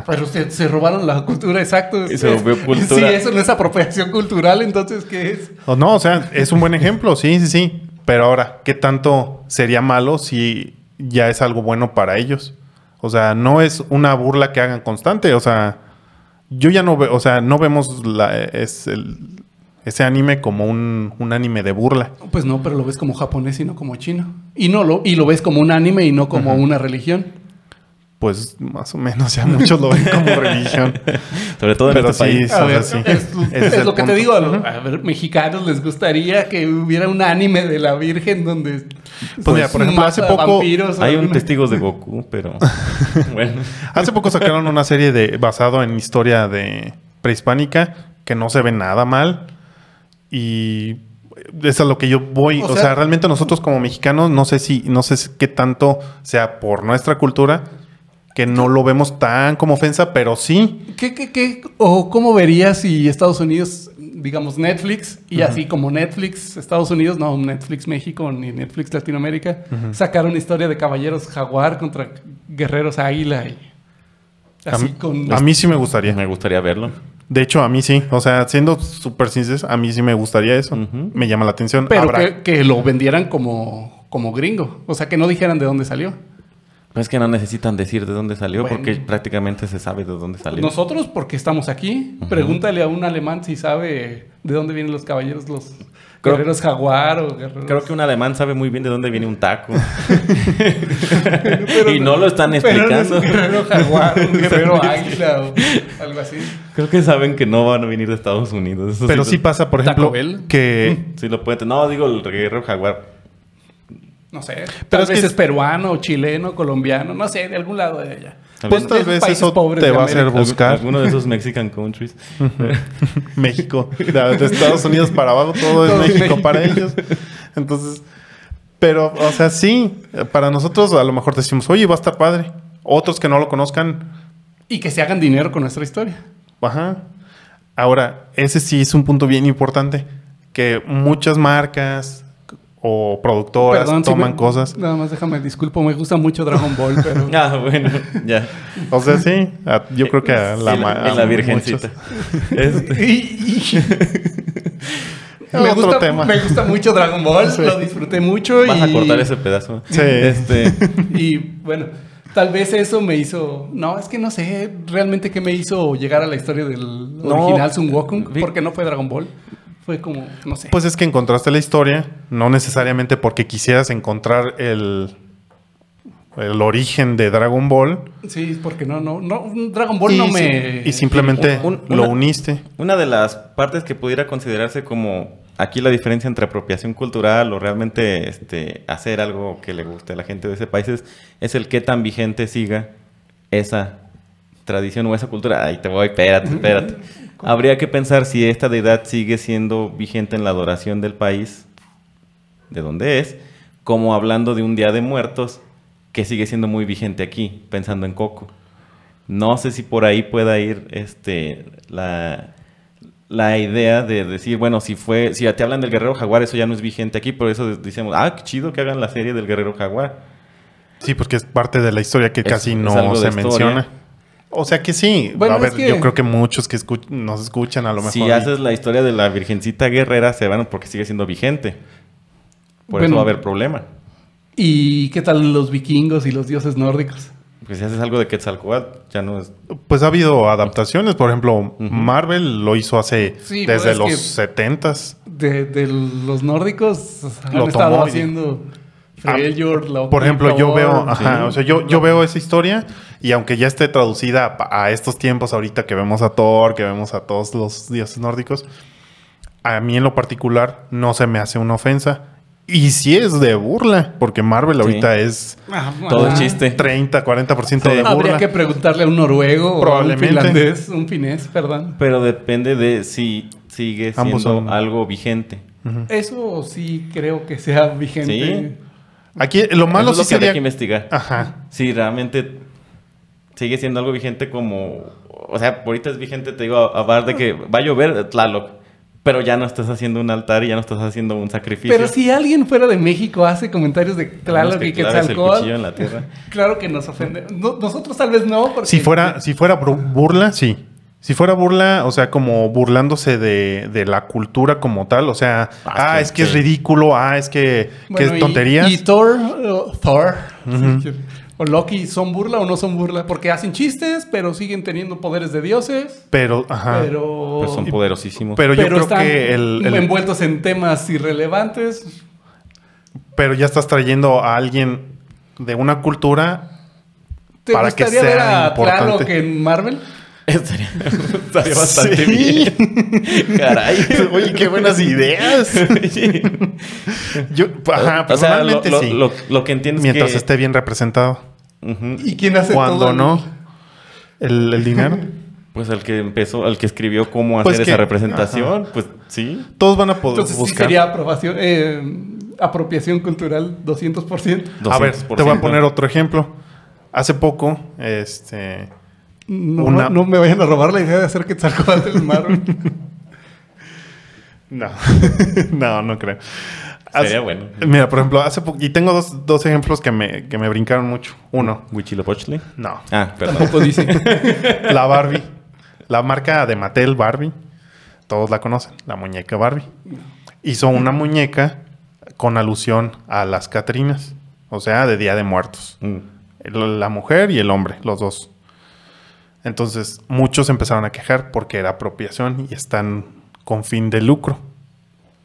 Speaker 2: Pero se, se robaron la cultura, exacto.
Speaker 3: Y se volvió cultura.
Speaker 2: Sí, eso no es apropiación cultural, entonces, ¿qué es?
Speaker 1: O Oh, no, o sea, es un buen ejemplo, sí, sí, sí. Pero ahora, ¿qué tanto sería malo si ya es algo bueno para ellos? O sea, no es una burla que hagan constante, o sea, yo ya no veo, o sea, no vemos la, es el- ese anime como un, un anime de burla.
Speaker 2: Pues no, pero lo ves como japonés y no como chino. Y no lo, y lo ves como un anime y no como una religión.
Speaker 1: Pues más o menos, ya muchos lo ven como religión.
Speaker 3: Sobre todo en
Speaker 1: Pero
Speaker 3: este
Speaker 1: sí,
Speaker 3: país.
Speaker 1: Eso,
Speaker 2: A ver,
Speaker 1: o sea, sí.
Speaker 2: es,
Speaker 1: Ese es
Speaker 2: es
Speaker 1: el
Speaker 2: lo que
Speaker 1: punto.
Speaker 2: te digo, a los a ver, mexicanos les gustaría que hubiera un anime de la Virgen donde
Speaker 1: Pues mira, por ejemplo, hace
Speaker 2: mata
Speaker 1: poco
Speaker 2: vampiros o
Speaker 3: Hay un
Speaker 2: alguna-
Speaker 3: testigos de Goku, pero... bueno.
Speaker 1: Hace poco sacaron una serie de basado en historia de prehispánica que no se ve nada mal y es a lo que yo voy,
Speaker 2: O
Speaker 1: o,
Speaker 2: sea-
Speaker 1: sea, realmente nosotros como mexicanos no sé si no sé si- qué tanto sea por nuestra cultura que no lo vemos tan como ofensa, pero sí,
Speaker 2: ¿Qué, qué, qué? ¿O cómo verías si Estados Unidos, digamos Netflix, y así como Netflix, Estados Unidos, no Netflix México ni Netflix Latinoamérica, sacaron historia de caballeros jaguar contra guerreros águila y así
Speaker 1: a,
Speaker 2: con...
Speaker 1: a mí sí me gustaría.
Speaker 3: Me gustaría verlo.
Speaker 1: De hecho, a mí sí. O sea, siendo súper sinceros, a mí sí me gustaría eso.
Speaker 3: Ujú.
Speaker 1: Me llama la atención.
Speaker 2: Pero
Speaker 1: Habrá-
Speaker 2: que, que lo vendieran como, como gringo. O sea, que no dijeran de dónde salió.
Speaker 3: No Pues es que no necesitan decir de dónde salió
Speaker 2: Bueno.
Speaker 3: porque prácticamente se sabe de dónde salió.
Speaker 2: Nosotros, porque estamos aquí, pregúntale a un alemán si sabe de dónde vienen los caballeros, los
Speaker 3: Creo-
Speaker 2: guerreros jaguar o guerreros...
Speaker 3: Creo que un alemán sabe muy bien de dónde viene un taco.
Speaker 2: Pero
Speaker 3: y no lo están
Speaker 2: Pero no es
Speaker 3: explicando.
Speaker 2: un guerrero jaguar, un guerrero águila o algo así.
Speaker 3: Creo que saben que no van a venir de Estados Unidos. Eso
Speaker 1: Pero
Speaker 3: lo-
Speaker 1: sí pasa, por
Speaker 2: Taco
Speaker 1: ejemplo,
Speaker 2: Bell.
Speaker 1: que
Speaker 3: Sí lo pueden... No, digo el guerrero jaguar.
Speaker 2: No sé. tal
Speaker 1: es
Speaker 2: vez
Speaker 1: que-
Speaker 2: es peruano, chileno, colombiano, no sé, de algún lado de allá.
Speaker 1: Pues, tal
Speaker 2: esos
Speaker 1: vez
Speaker 2: países
Speaker 1: eso
Speaker 2: pobres
Speaker 1: te
Speaker 2: de
Speaker 1: va a hacer
Speaker 2: América.
Speaker 1: buscar. Mm.
Speaker 3: Alguno de esos Mexican countries.
Speaker 1: México, de, de Estados Unidos para abajo, todo
Speaker 2: Todo
Speaker 1: es
Speaker 2: es
Speaker 1: México,
Speaker 2: México.
Speaker 1: para ellos. Entonces, pero, o sea, sí, para nosotros a lo mejor decimos, oye, va a estar padre. Otros que no lo conozcan,
Speaker 2: Y que se hagan dinero con nuestra historia.
Speaker 1: ajá. Ahora, ese sí es un punto bien importante, que muchas marcas o productoras
Speaker 2: Perdón, si
Speaker 1: toman
Speaker 2: me-
Speaker 1: cosas.
Speaker 2: Nada más déjame, disculpo, me gusta mucho Dragon Ball, pero...
Speaker 3: Ah, bueno, ya.
Speaker 1: O sea, sí, a- yo creo que a la,
Speaker 3: Y
Speaker 1: ma-
Speaker 3: y
Speaker 1: a
Speaker 3: Eh, la virgencita.
Speaker 1: muchos.
Speaker 3: Este,
Speaker 2: Y- y- me,
Speaker 1: Otro
Speaker 2: gusta,
Speaker 1: tema.
Speaker 2: me gusta mucho Dragon Ball,
Speaker 1: Sí.
Speaker 2: lo disfruté mucho.
Speaker 3: Vas a
Speaker 2: y-
Speaker 3: cortar ese pedazo.
Speaker 1: Sí.
Speaker 3: Este,
Speaker 2: Y bueno, tal vez eso me hizo. No, es que no sé realmente qué me hizo llegar a la historia del
Speaker 3: No.
Speaker 2: original Sun Wukong,
Speaker 3: Vi-
Speaker 2: porque no fue Dragon Ball. Fue como, no sé.
Speaker 1: Pues es que encontraste la historia, no necesariamente porque quisieras encontrar el, el origen de Dragon Ball.
Speaker 2: sí, porque no, no, no. un Dragon Ball no
Speaker 1: y, si-
Speaker 2: me.
Speaker 1: y simplemente
Speaker 3: un- un-
Speaker 1: lo
Speaker 3: una-
Speaker 1: uniste.
Speaker 3: una de las partes que pudiera considerarse como aquí la diferencia entre apropiación cultural o realmente este, hacer algo que le guste a la gente de ese país es, es el qué tan vigente siga esa tradición o esa cultura. Ay, te voy, espérate, espérate. Habría que pensar si esta deidad sigue siendo vigente en la adoración del país de donde es, como hablando de un Día de Muertos que sigue siendo muy vigente aquí, pensando en Coco. No sé si por ahí pueda ir este la, la idea de decir, bueno, si fue, si ya te hablan del Guerrero Jaguar, eso ya no es vigente aquí, por eso decimos, ah, qué chido que hagan la serie del Guerrero Jaguar.
Speaker 1: Sí, porque es parte de la historia que
Speaker 3: Es-
Speaker 1: casi
Speaker 3: es
Speaker 1: no
Speaker 3: algo
Speaker 1: se
Speaker 3: de historia.
Speaker 1: menciona. O sea que sí.
Speaker 2: Bueno,
Speaker 1: a ver,
Speaker 2: es que-
Speaker 1: yo creo que muchos que escu- nos escuchan a lo mejor.
Speaker 3: Si
Speaker 1: y-
Speaker 3: haces la historia de la Virgencita Guerrera, se van porque sigue siendo vigente. Por eso
Speaker 2: Bueno.
Speaker 3: va a haber problema.
Speaker 2: ¿Y qué tal los vikingos y los dioses nórdicos?
Speaker 3: Porque si haces algo de Quetzalcóatl, ya no es
Speaker 1: Pues ha habido adaptaciones. Por ejemplo, Marvel lo hizo hace
Speaker 2: Sí, pues
Speaker 1: desde
Speaker 2: es
Speaker 1: los
Speaker 2: que-
Speaker 1: 70s.
Speaker 2: De, de los nórdicos han
Speaker 1: Lo
Speaker 2: estado
Speaker 1: tomó y- "Ah,
Speaker 2: haciendo. Freljord, Loki,
Speaker 1: Por ejemplo, yo
Speaker 2: Thor,
Speaker 1: veo, ajá,
Speaker 3: sí.
Speaker 1: o sea, yo, yo veo esa historia y aunque ya esté traducida a, pa- a estos tiempos ahorita que vemos a Thor, que vemos a todos los dioses nórdicos, a mí en lo particular no se me hace una ofensa. Y si es de burla, porque Marvel ahorita es
Speaker 2: Ah,
Speaker 3: todo
Speaker 2: ah.
Speaker 3: es chiste.
Speaker 1: 30, 40% de burla.
Speaker 2: Habría que preguntarle a un noruego
Speaker 1: Probablemente.
Speaker 2: o a un finlandés, un finés, perdón.
Speaker 3: Pero depende de si sigue siendo
Speaker 1: Ambos son-
Speaker 3: algo vigente.
Speaker 2: Eso sí creo que sea vigente.
Speaker 1: Aquí lo malo
Speaker 3: Eso es lo
Speaker 1: sí
Speaker 3: que habría
Speaker 1: sería...
Speaker 3: que investigar.
Speaker 1: Ajá.
Speaker 3: Si realmente sigue siendo algo vigente como... O sea, ahorita es vigente, te digo, a bar de que va a llover Tlaloc. Pero ya no estás haciendo un altar y ya no estás haciendo un sacrificio.
Speaker 2: Pero si alguien fuera de México hace comentarios de
Speaker 3: Tenemos
Speaker 2: Tlaloc y
Speaker 3: claves el
Speaker 2: Quetzalcóatl,
Speaker 3: cuchillo en la tierra.
Speaker 2: claro que nos ofende. No- nosotros tal vez no, porque
Speaker 1: Si fuera, si fuera bru- burla, sí. Si fuera burla, o sea, como burlándose de, de la cultura como tal, o sea, ah,
Speaker 3: Ah,
Speaker 1: es que es
Speaker 3: sí.
Speaker 1: ridículo, ah, es que, que
Speaker 2: Bueno,
Speaker 1: es
Speaker 2: y-
Speaker 1: tonterías.
Speaker 2: Y, Thor, o Thor sí, o Loki son burla o no son burla, porque hacen chistes, pero siguen teniendo poderes de dioses,
Speaker 1: Pero, ajá. Pero,
Speaker 2: pero
Speaker 3: Pues
Speaker 1: Oh,
Speaker 3: son poderosísimos.
Speaker 1: Ah, yo
Speaker 2: pero
Speaker 1: creo
Speaker 2: están
Speaker 1: que el, el-
Speaker 2: envueltos en temas irrelevantes.
Speaker 1: Pero ya estás trayendo a alguien de una cultura.
Speaker 2: ¿Te
Speaker 1: Para que
Speaker 2: gustaría ver
Speaker 1: sea
Speaker 2: a Tlaloc
Speaker 1: importante.
Speaker 2: en Marvel?
Speaker 3: Estaría, estaría bastante
Speaker 1: Sí.
Speaker 3: bien. Caray.
Speaker 1: Oye, qué buenas ideas. Yo, ajá,
Speaker 3: o sea, lo,
Speaker 1: personalmente
Speaker 3: lo-
Speaker 1: sí.
Speaker 3: lo- lo que entiendes
Speaker 1: Mientras
Speaker 3: que...
Speaker 1: esté bien representado.
Speaker 3: Ujú.
Speaker 2: ¿Y quién hace todo
Speaker 1: Cuando
Speaker 2: el-
Speaker 1: no, el, el dinero.
Speaker 3: Pues el que empezó, el que escribió cómo hacer
Speaker 1: Pues que-
Speaker 3: esa representación, pues sí.
Speaker 1: Todos van a poder
Speaker 2: Entonces sí
Speaker 1: buscar.
Speaker 2: sería aprobación, eh, apropiación cultural 200%.
Speaker 1: A ver, te voy a
Speaker 3: 200%.
Speaker 1: poner otro ejemplo. Hace poco, este,
Speaker 2: No,
Speaker 1: Una-
Speaker 2: no me vayan a robar la idea de hacer que Quetzalcóatl en Marvel.
Speaker 1: No, no, no creo.
Speaker 3: Sería bueno.
Speaker 1: Mira, por ejemplo, hace poco... Y tengo dos, dos ejemplos que me, que me brincaron mucho. Uno,
Speaker 3: Huitzilopochtli.
Speaker 1: no.
Speaker 3: Ah, perdón.
Speaker 2: Tampoco dice.
Speaker 1: La Barbie. La marca de Mattel, Barbie, todos la conocen, la muñeca Barbie. Hizo una muñeca con alusión a las Catrinas, o sea, de Día de Muertos.
Speaker 3: Mm.
Speaker 1: El- La mujer y el hombre, los dos. Entonces, muchos empezaron a quejar porque era apropiación y están con fin de lucro.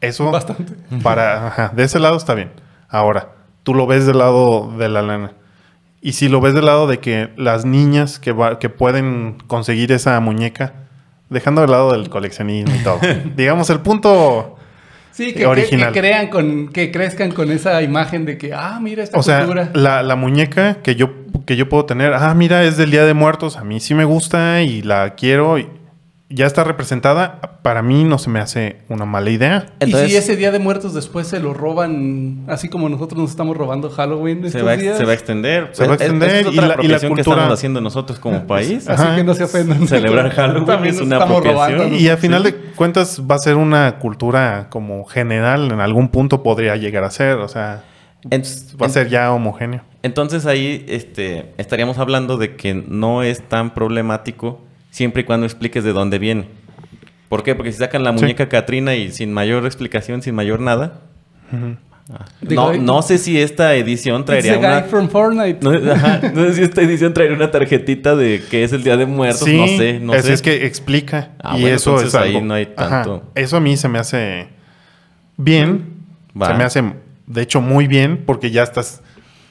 Speaker 1: Eso
Speaker 2: Bastante.
Speaker 1: para ajá, de ese lado está bien. Ahora, tú lo ves del lado de la lana. Y si lo ves del lado de que las niñas que, va- que pueden conseguir esa muñeca, dejando de lado del coleccionismo y todo. digamos, el punto
Speaker 2: Sí,
Speaker 1: Eh,
Speaker 2: que, que,
Speaker 1: original.
Speaker 2: que crean con, que crezcan con esa imagen de que, ah, mira esta
Speaker 1: O sea,
Speaker 2: cultura.
Speaker 1: la, la muñeca que yo, que yo puedo tener, ah, mira, es del Día de Muertos, a mí sí me gusta y la quiero, y ya está representada, para mí no se me hace una mala idea.
Speaker 3: Entonces-
Speaker 2: y si ese Día de Muertos después se lo roban, así como nosotros nos estamos robando Halloween estos
Speaker 3: Se va, a ex-
Speaker 2: días.
Speaker 3: se va a extender.
Speaker 1: Se va a
Speaker 3: Es- es-
Speaker 1: extender
Speaker 3: esa es
Speaker 1: y
Speaker 3: otra
Speaker 1: la- y la
Speaker 3: apropiación que
Speaker 1: cultura-
Speaker 3: estamos haciendo nosotros como país.
Speaker 2: Así
Speaker 1: Ajá.
Speaker 2: que no se ofendan.
Speaker 3: Celebrar Halloween
Speaker 2: También
Speaker 3: es
Speaker 2: nos
Speaker 3: una
Speaker 2: estamos
Speaker 3: apropiación.
Speaker 2: robando.
Speaker 1: Y a final de cuentas va a ser una cultura como general, en algún punto podría llegar a ser, o sea,
Speaker 3: Entonces,
Speaker 1: va a ser ya homogéneo.
Speaker 3: entonces ahí este, estaríamos hablando de que no es tan problemático siempre y cuando expliques de dónde viene. ¿Por qué? Porque si sacan la
Speaker 1: Sí.
Speaker 3: muñeca Katrina y sin mayor explicación, sin mayor nada. Ah,
Speaker 2: Digo,
Speaker 3: No,
Speaker 2: ahí-
Speaker 3: no sé si esta edición
Speaker 2: It's the
Speaker 3: traería
Speaker 2: guy
Speaker 3: una...
Speaker 2: from Fortnite.
Speaker 3: No, ajá, no sé si esta edición traería una tarjetita de que es el Día de Muertos.
Speaker 1: Sí,
Speaker 3: no sé, no
Speaker 1: es,
Speaker 3: sé.
Speaker 1: es que explica.
Speaker 3: Ah,
Speaker 1: y
Speaker 3: bueno,
Speaker 1: eso es
Speaker 3: entonces
Speaker 1: algo.
Speaker 3: ahí no hay
Speaker 1: Ajá,
Speaker 3: tanto.
Speaker 1: Eso a mí se me hace bien.
Speaker 3: Va.
Speaker 1: Se me hace, de hecho, muy bien porque ya estás,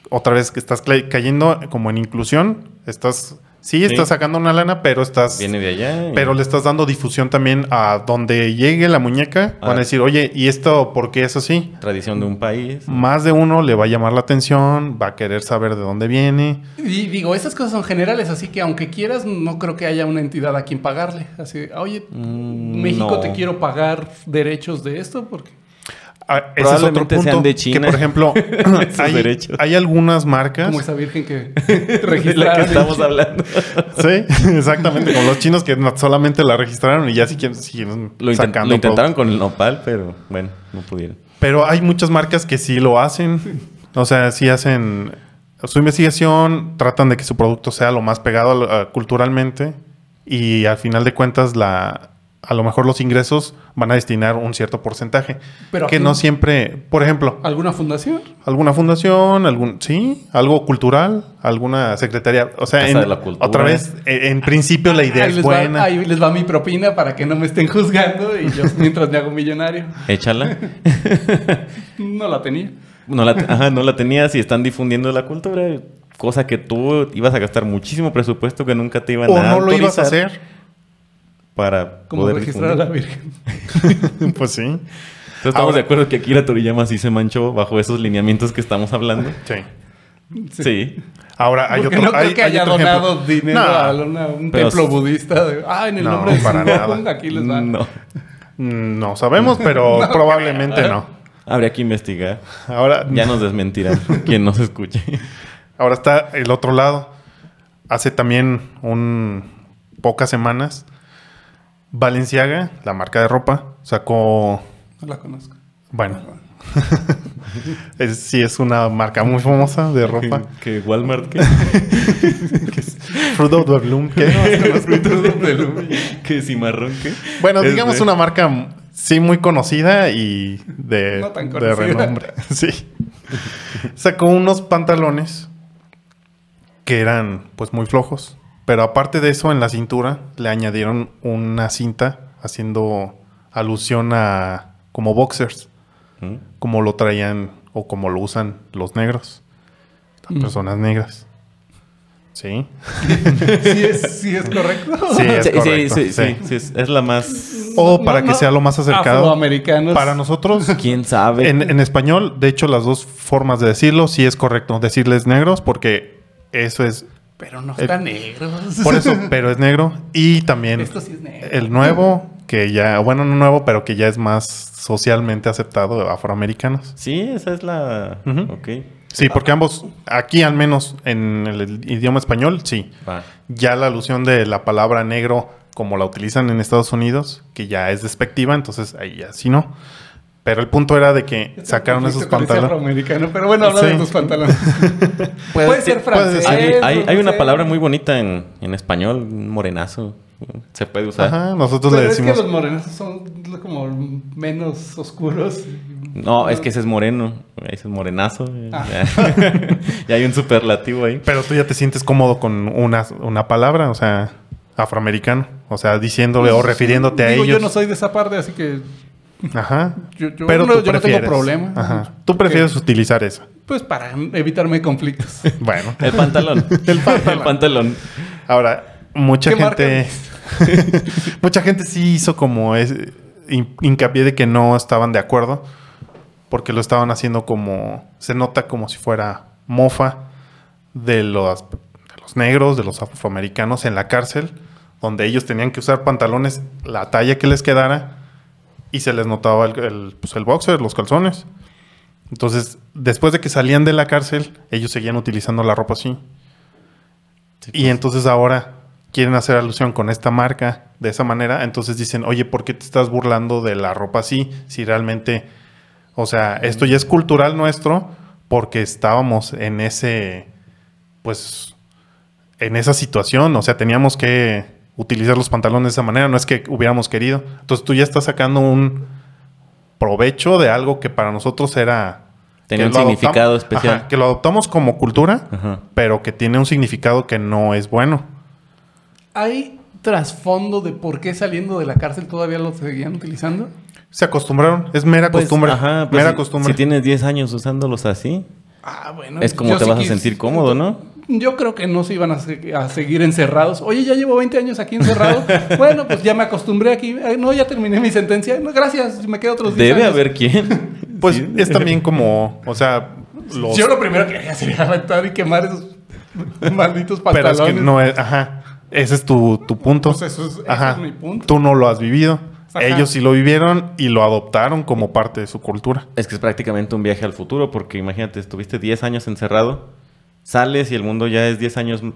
Speaker 1: otra vez que estás cla- cayendo como en inclusión. Estás, sí, estás sacando una lana, pero estás...
Speaker 3: Viene de allá. y-
Speaker 1: Pero le estás dando difusión también a donde llegue la muñeca.
Speaker 3: Ah.
Speaker 1: Van a decir, oye, ¿y esto por qué es así?
Speaker 3: Tradición de un país.
Speaker 1: Más de uno le va a llamar la atención, va a querer saber de dónde viene.
Speaker 2: Y digo, esas cosas son generales, así que aunque quieras, no creo que haya una entidad a quien pagarle. Así, oye,
Speaker 3: Mm,
Speaker 2: México
Speaker 3: no.
Speaker 2: te quiero pagar derechos de esto porque...
Speaker 1: Ah, ese es otro
Speaker 3: Probablemente
Speaker 1: punto.
Speaker 3: sean de China.
Speaker 1: Que, por ejemplo,
Speaker 3: Esos
Speaker 1: hay,
Speaker 3: derechos.
Speaker 1: hay algunas marcas.
Speaker 2: Como esa virgen que
Speaker 3: De la que
Speaker 2: registraron.
Speaker 3: estamos hablando.
Speaker 1: Sí, exactamente. Como los chinos que no- solamente la registraron y ya si quieren siguen
Speaker 3: Lo, intent-
Speaker 1: sacando
Speaker 3: lo intentaron con el nopal, pero bueno, no pudieron.
Speaker 1: producto. Pero hay muchas marcas que sí lo hacen. O sea, sí hacen su investigación, tratan de que su producto sea lo más pegado a lo- a- culturalmente y al final de cuentas la a lo mejor los ingresos van a destinar un cierto porcentaje.
Speaker 2: Pero
Speaker 1: que
Speaker 2: aquí-
Speaker 1: no siempre, por ejemplo,
Speaker 2: ¿Alguna fundación?
Speaker 1: alguna fundación, algún sí, algo cultural, alguna secretaría, o sea,
Speaker 3: Casa
Speaker 1: en-
Speaker 3: de la Cultura.
Speaker 1: otra vez e, en, en principio la idea
Speaker 2: ahí,
Speaker 1: es
Speaker 2: les
Speaker 1: buena.
Speaker 2: Va, ahí les va mi propina para que no me estén juzgando y yo mientras me hago millonario.
Speaker 3: Échala.
Speaker 2: No la tenía.
Speaker 3: No la, te- ajá, no la tenías y están difundiendo la cultura. Cosa que tú ibas a gastar muchísimo presupuesto que nunca te iban
Speaker 1: o
Speaker 3: a
Speaker 1: no lo ibas a
Speaker 3: autorizar
Speaker 1: hacer.
Speaker 3: Para
Speaker 2: Como
Speaker 3: poder
Speaker 2: registrar a
Speaker 3: difundir.
Speaker 2: la virgen.
Speaker 1: pues sí.
Speaker 3: Entonces, estamos
Speaker 1: Ahora-
Speaker 3: de acuerdo que Akira Toriyama sí se manchó bajo esos lineamientos que estamos hablando.
Speaker 1: Sí.
Speaker 3: Sí.
Speaker 1: Ahora Ah, hay
Speaker 2: Porque
Speaker 1: otro,
Speaker 2: no creo
Speaker 1: hay-
Speaker 2: que
Speaker 1: hay
Speaker 2: haya
Speaker 1: otro ejemplo.
Speaker 2: donado dinero
Speaker 1: No,
Speaker 2: a una- un
Speaker 3: Pero
Speaker 2: templo
Speaker 3: s-
Speaker 2: budista. de, ah, en el
Speaker 1: No,
Speaker 2: nombre de
Speaker 1: para
Speaker 2: Zenón,
Speaker 1: nada.
Speaker 2: aquí les va.
Speaker 3: No.
Speaker 1: mm, no sabemos, pero probablemente no.
Speaker 3: Habría que investigar.
Speaker 1: Ahora,
Speaker 3: Ya nos desmentirán quien nos escuche.
Speaker 1: ahora está el otro lado. Hace también un pocas semanas Valenciaga, la marca de ropa, sacó
Speaker 2: No la conozco.
Speaker 1: Bueno. es, sí, es una marca muy famosa de ropa.
Speaker 3: Que Walmart. Que,
Speaker 1: Fruit of the Loom, que-
Speaker 3: que Cimarrón. Que,
Speaker 1: Bueno,
Speaker 3: Es
Speaker 1: digamos
Speaker 3: de-
Speaker 1: una marca sí muy conocida y de,
Speaker 2: No tan
Speaker 1: de
Speaker 2: conocida.
Speaker 1: renombre. Sí. Sacó unos pantalones que eran pues muy flojos. Pero aparte de eso, en la cintura le añadieron una cinta haciendo alusión a como boxers,
Speaker 3: ¿Mm?
Speaker 1: como lo traían o como lo usan los negros.
Speaker 2: Mm.
Speaker 1: personas negras. Sí.
Speaker 2: Sí es, sí es correcto.
Speaker 1: Sí, es
Speaker 3: Sí, sí,
Speaker 1: correcto,
Speaker 3: sí,
Speaker 1: sí.
Speaker 3: sí, sí, es- es la más...
Speaker 1: O para que sea lo más acercado.
Speaker 2: Afroamericanos.
Speaker 1: Para nosotros,
Speaker 3: ¿Quién sabe?
Speaker 1: en, en español, de hecho, las dos formas de decirlo, sí es correcto decirles negros porque eso es.
Speaker 2: Pero no
Speaker 1: El-
Speaker 2: está negro.
Speaker 1: Eh, Por eso, eh, pero es negro. Y también
Speaker 2: Esto sí es negro.
Speaker 1: el nuevo, que ya, bueno, no nuevo, pero que ya es más socialmente aceptado, afroamericanos.
Speaker 3: Sí, esa es la...
Speaker 1: Ujú.
Speaker 3: Ok.
Speaker 1: Sí, porque ambos, aquí al menos en el idioma español, sí.
Speaker 3: Va.
Speaker 1: ya la alusión de la palabra negro como la utilizan en Estados Unidos, que ya es despectiva, entonces ahí ya sí no. Pero el punto era de que sacaron esos
Speaker 2: Conflicto con ese
Speaker 1: pantalones.
Speaker 2: afroamericano, pero bueno, habla de
Speaker 1: Sí.
Speaker 2: tus pantalones. puede, ser
Speaker 1: puede
Speaker 2: francés.
Speaker 1: ser.
Speaker 3: Hay, hay- hay
Speaker 2: no
Speaker 3: una
Speaker 2: sé.
Speaker 3: palabra muy bonita en, en español, un morenazo. Se puede usar.
Speaker 1: Ajá, nosotros
Speaker 2: Pero
Speaker 1: le
Speaker 2: es que
Speaker 1: decimos.
Speaker 2: los morenos son como menos oscuros.
Speaker 3: No, es que ese es moreno. Ese es morenazo.
Speaker 2: Ah.
Speaker 3: y hay un superlativo ahí.
Speaker 1: Pero tú ya te sientes cómodo con una, una palabra, o sea, afroamericano. O sea, diciéndole o refiriéndote a
Speaker 2: Pues, Digo,
Speaker 1: ellos.
Speaker 2: Yo no soy de esa parte, así que
Speaker 1: Ajá.
Speaker 2: Yo- yo
Speaker 1: Pero
Speaker 2: no-
Speaker 1: tú
Speaker 2: yo no tengo
Speaker 1: prefieres.
Speaker 2: problema.
Speaker 1: Ajá. Tú prefieres utilizar eso.
Speaker 2: pues para evitarme conflictos.
Speaker 1: Bueno.
Speaker 3: El pantalón.
Speaker 1: El pantalón.
Speaker 3: El pantalón.
Speaker 1: Ahora, mucha
Speaker 2: ¿Qué
Speaker 1: gente. mucha gente sí hizo como es, hin- hincapié de que no estaban de acuerdo. Porque lo estaban haciendo como. Se nota como si fuera mofa de los, de los negros, de los afroamericanos en la cárcel. Donde ellos tenían que usar pantalones la talla que les quedara. Y se les notaba el, el, pues, el boxer, los calzones. Entonces, después de que salían de la cárcel, ellos seguían utilizando la ropa así. Y entonces ahora quieren hacer alusión con esta marca de esa manera. Entonces dicen, oye, ¿por qué te estás burlando de la ropa así? Si realmente, o sea, esto ya es cultural nuestro porque estábamos en ese, pues, en esa situación. O sea, teníamos que utilizar los pantalones de esa manera. No es que hubiéramos querido. Entonces tú ya estás sacando un provecho de algo que para nosotros era...
Speaker 3: Tenía
Speaker 1: que
Speaker 3: un
Speaker 1: lo adoptam-
Speaker 3: significado
Speaker 1: Ajá,
Speaker 3: especial.
Speaker 1: que lo adoptamos como cultura
Speaker 3: Ajá.
Speaker 1: pero que tiene un significado que no es bueno.
Speaker 2: ¿Hay trasfondo de por qué saliendo de la cárcel todavía lo seguían utilizando?
Speaker 1: Se acostumbraron, es mera
Speaker 3: Pues,
Speaker 1: costumbre.
Speaker 3: ajá, pues,
Speaker 1: mera
Speaker 3: si-
Speaker 1: costumbre.
Speaker 3: Si tienes 10 años usándolos así,
Speaker 2: Ah, bueno.
Speaker 3: es como
Speaker 2: yo
Speaker 3: te
Speaker 2: sí
Speaker 3: vas a
Speaker 2: quis-
Speaker 3: sentir cómodo, ¿no?
Speaker 2: Yo creo que no se iban a, se- a seguir encerrados. Oye, ya llevo 20 años aquí encerrado. bueno, pues ya me acostumbré aquí. Ay, no, ya terminé mi sentencia. No, gracias, me quedo otros 10
Speaker 3: Debe
Speaker 2: años.
Speaker 3: haber quien.
Speaker 1: Pues
Speaker 3: Sí.
Speaker 1: es también como, o sea, los,
Speaker 2: Yo lo primero que haría sería aventar y quemar esos malditos
Speaker 1: pero
Speaker 2: pantalones.
Speaker 1: es que no es, ajá, ese es tu, tu punto.
Speaker 2: Pues eso es- ese
Speaker 1: Ajá.
Speaker 2: es mi punto.
Speaker 1: Tú no lo has vivido.
Speaker 2: Ajá.
Speaker 1: Ellos sí lo vivieron y lo adoptaron como parte de su cultura.
Speaker 3: Es que es prácticamente un viaje al futuro, porque imagínate, estuviste 10 años encerrado, sales y el mundo ya es 10 años m-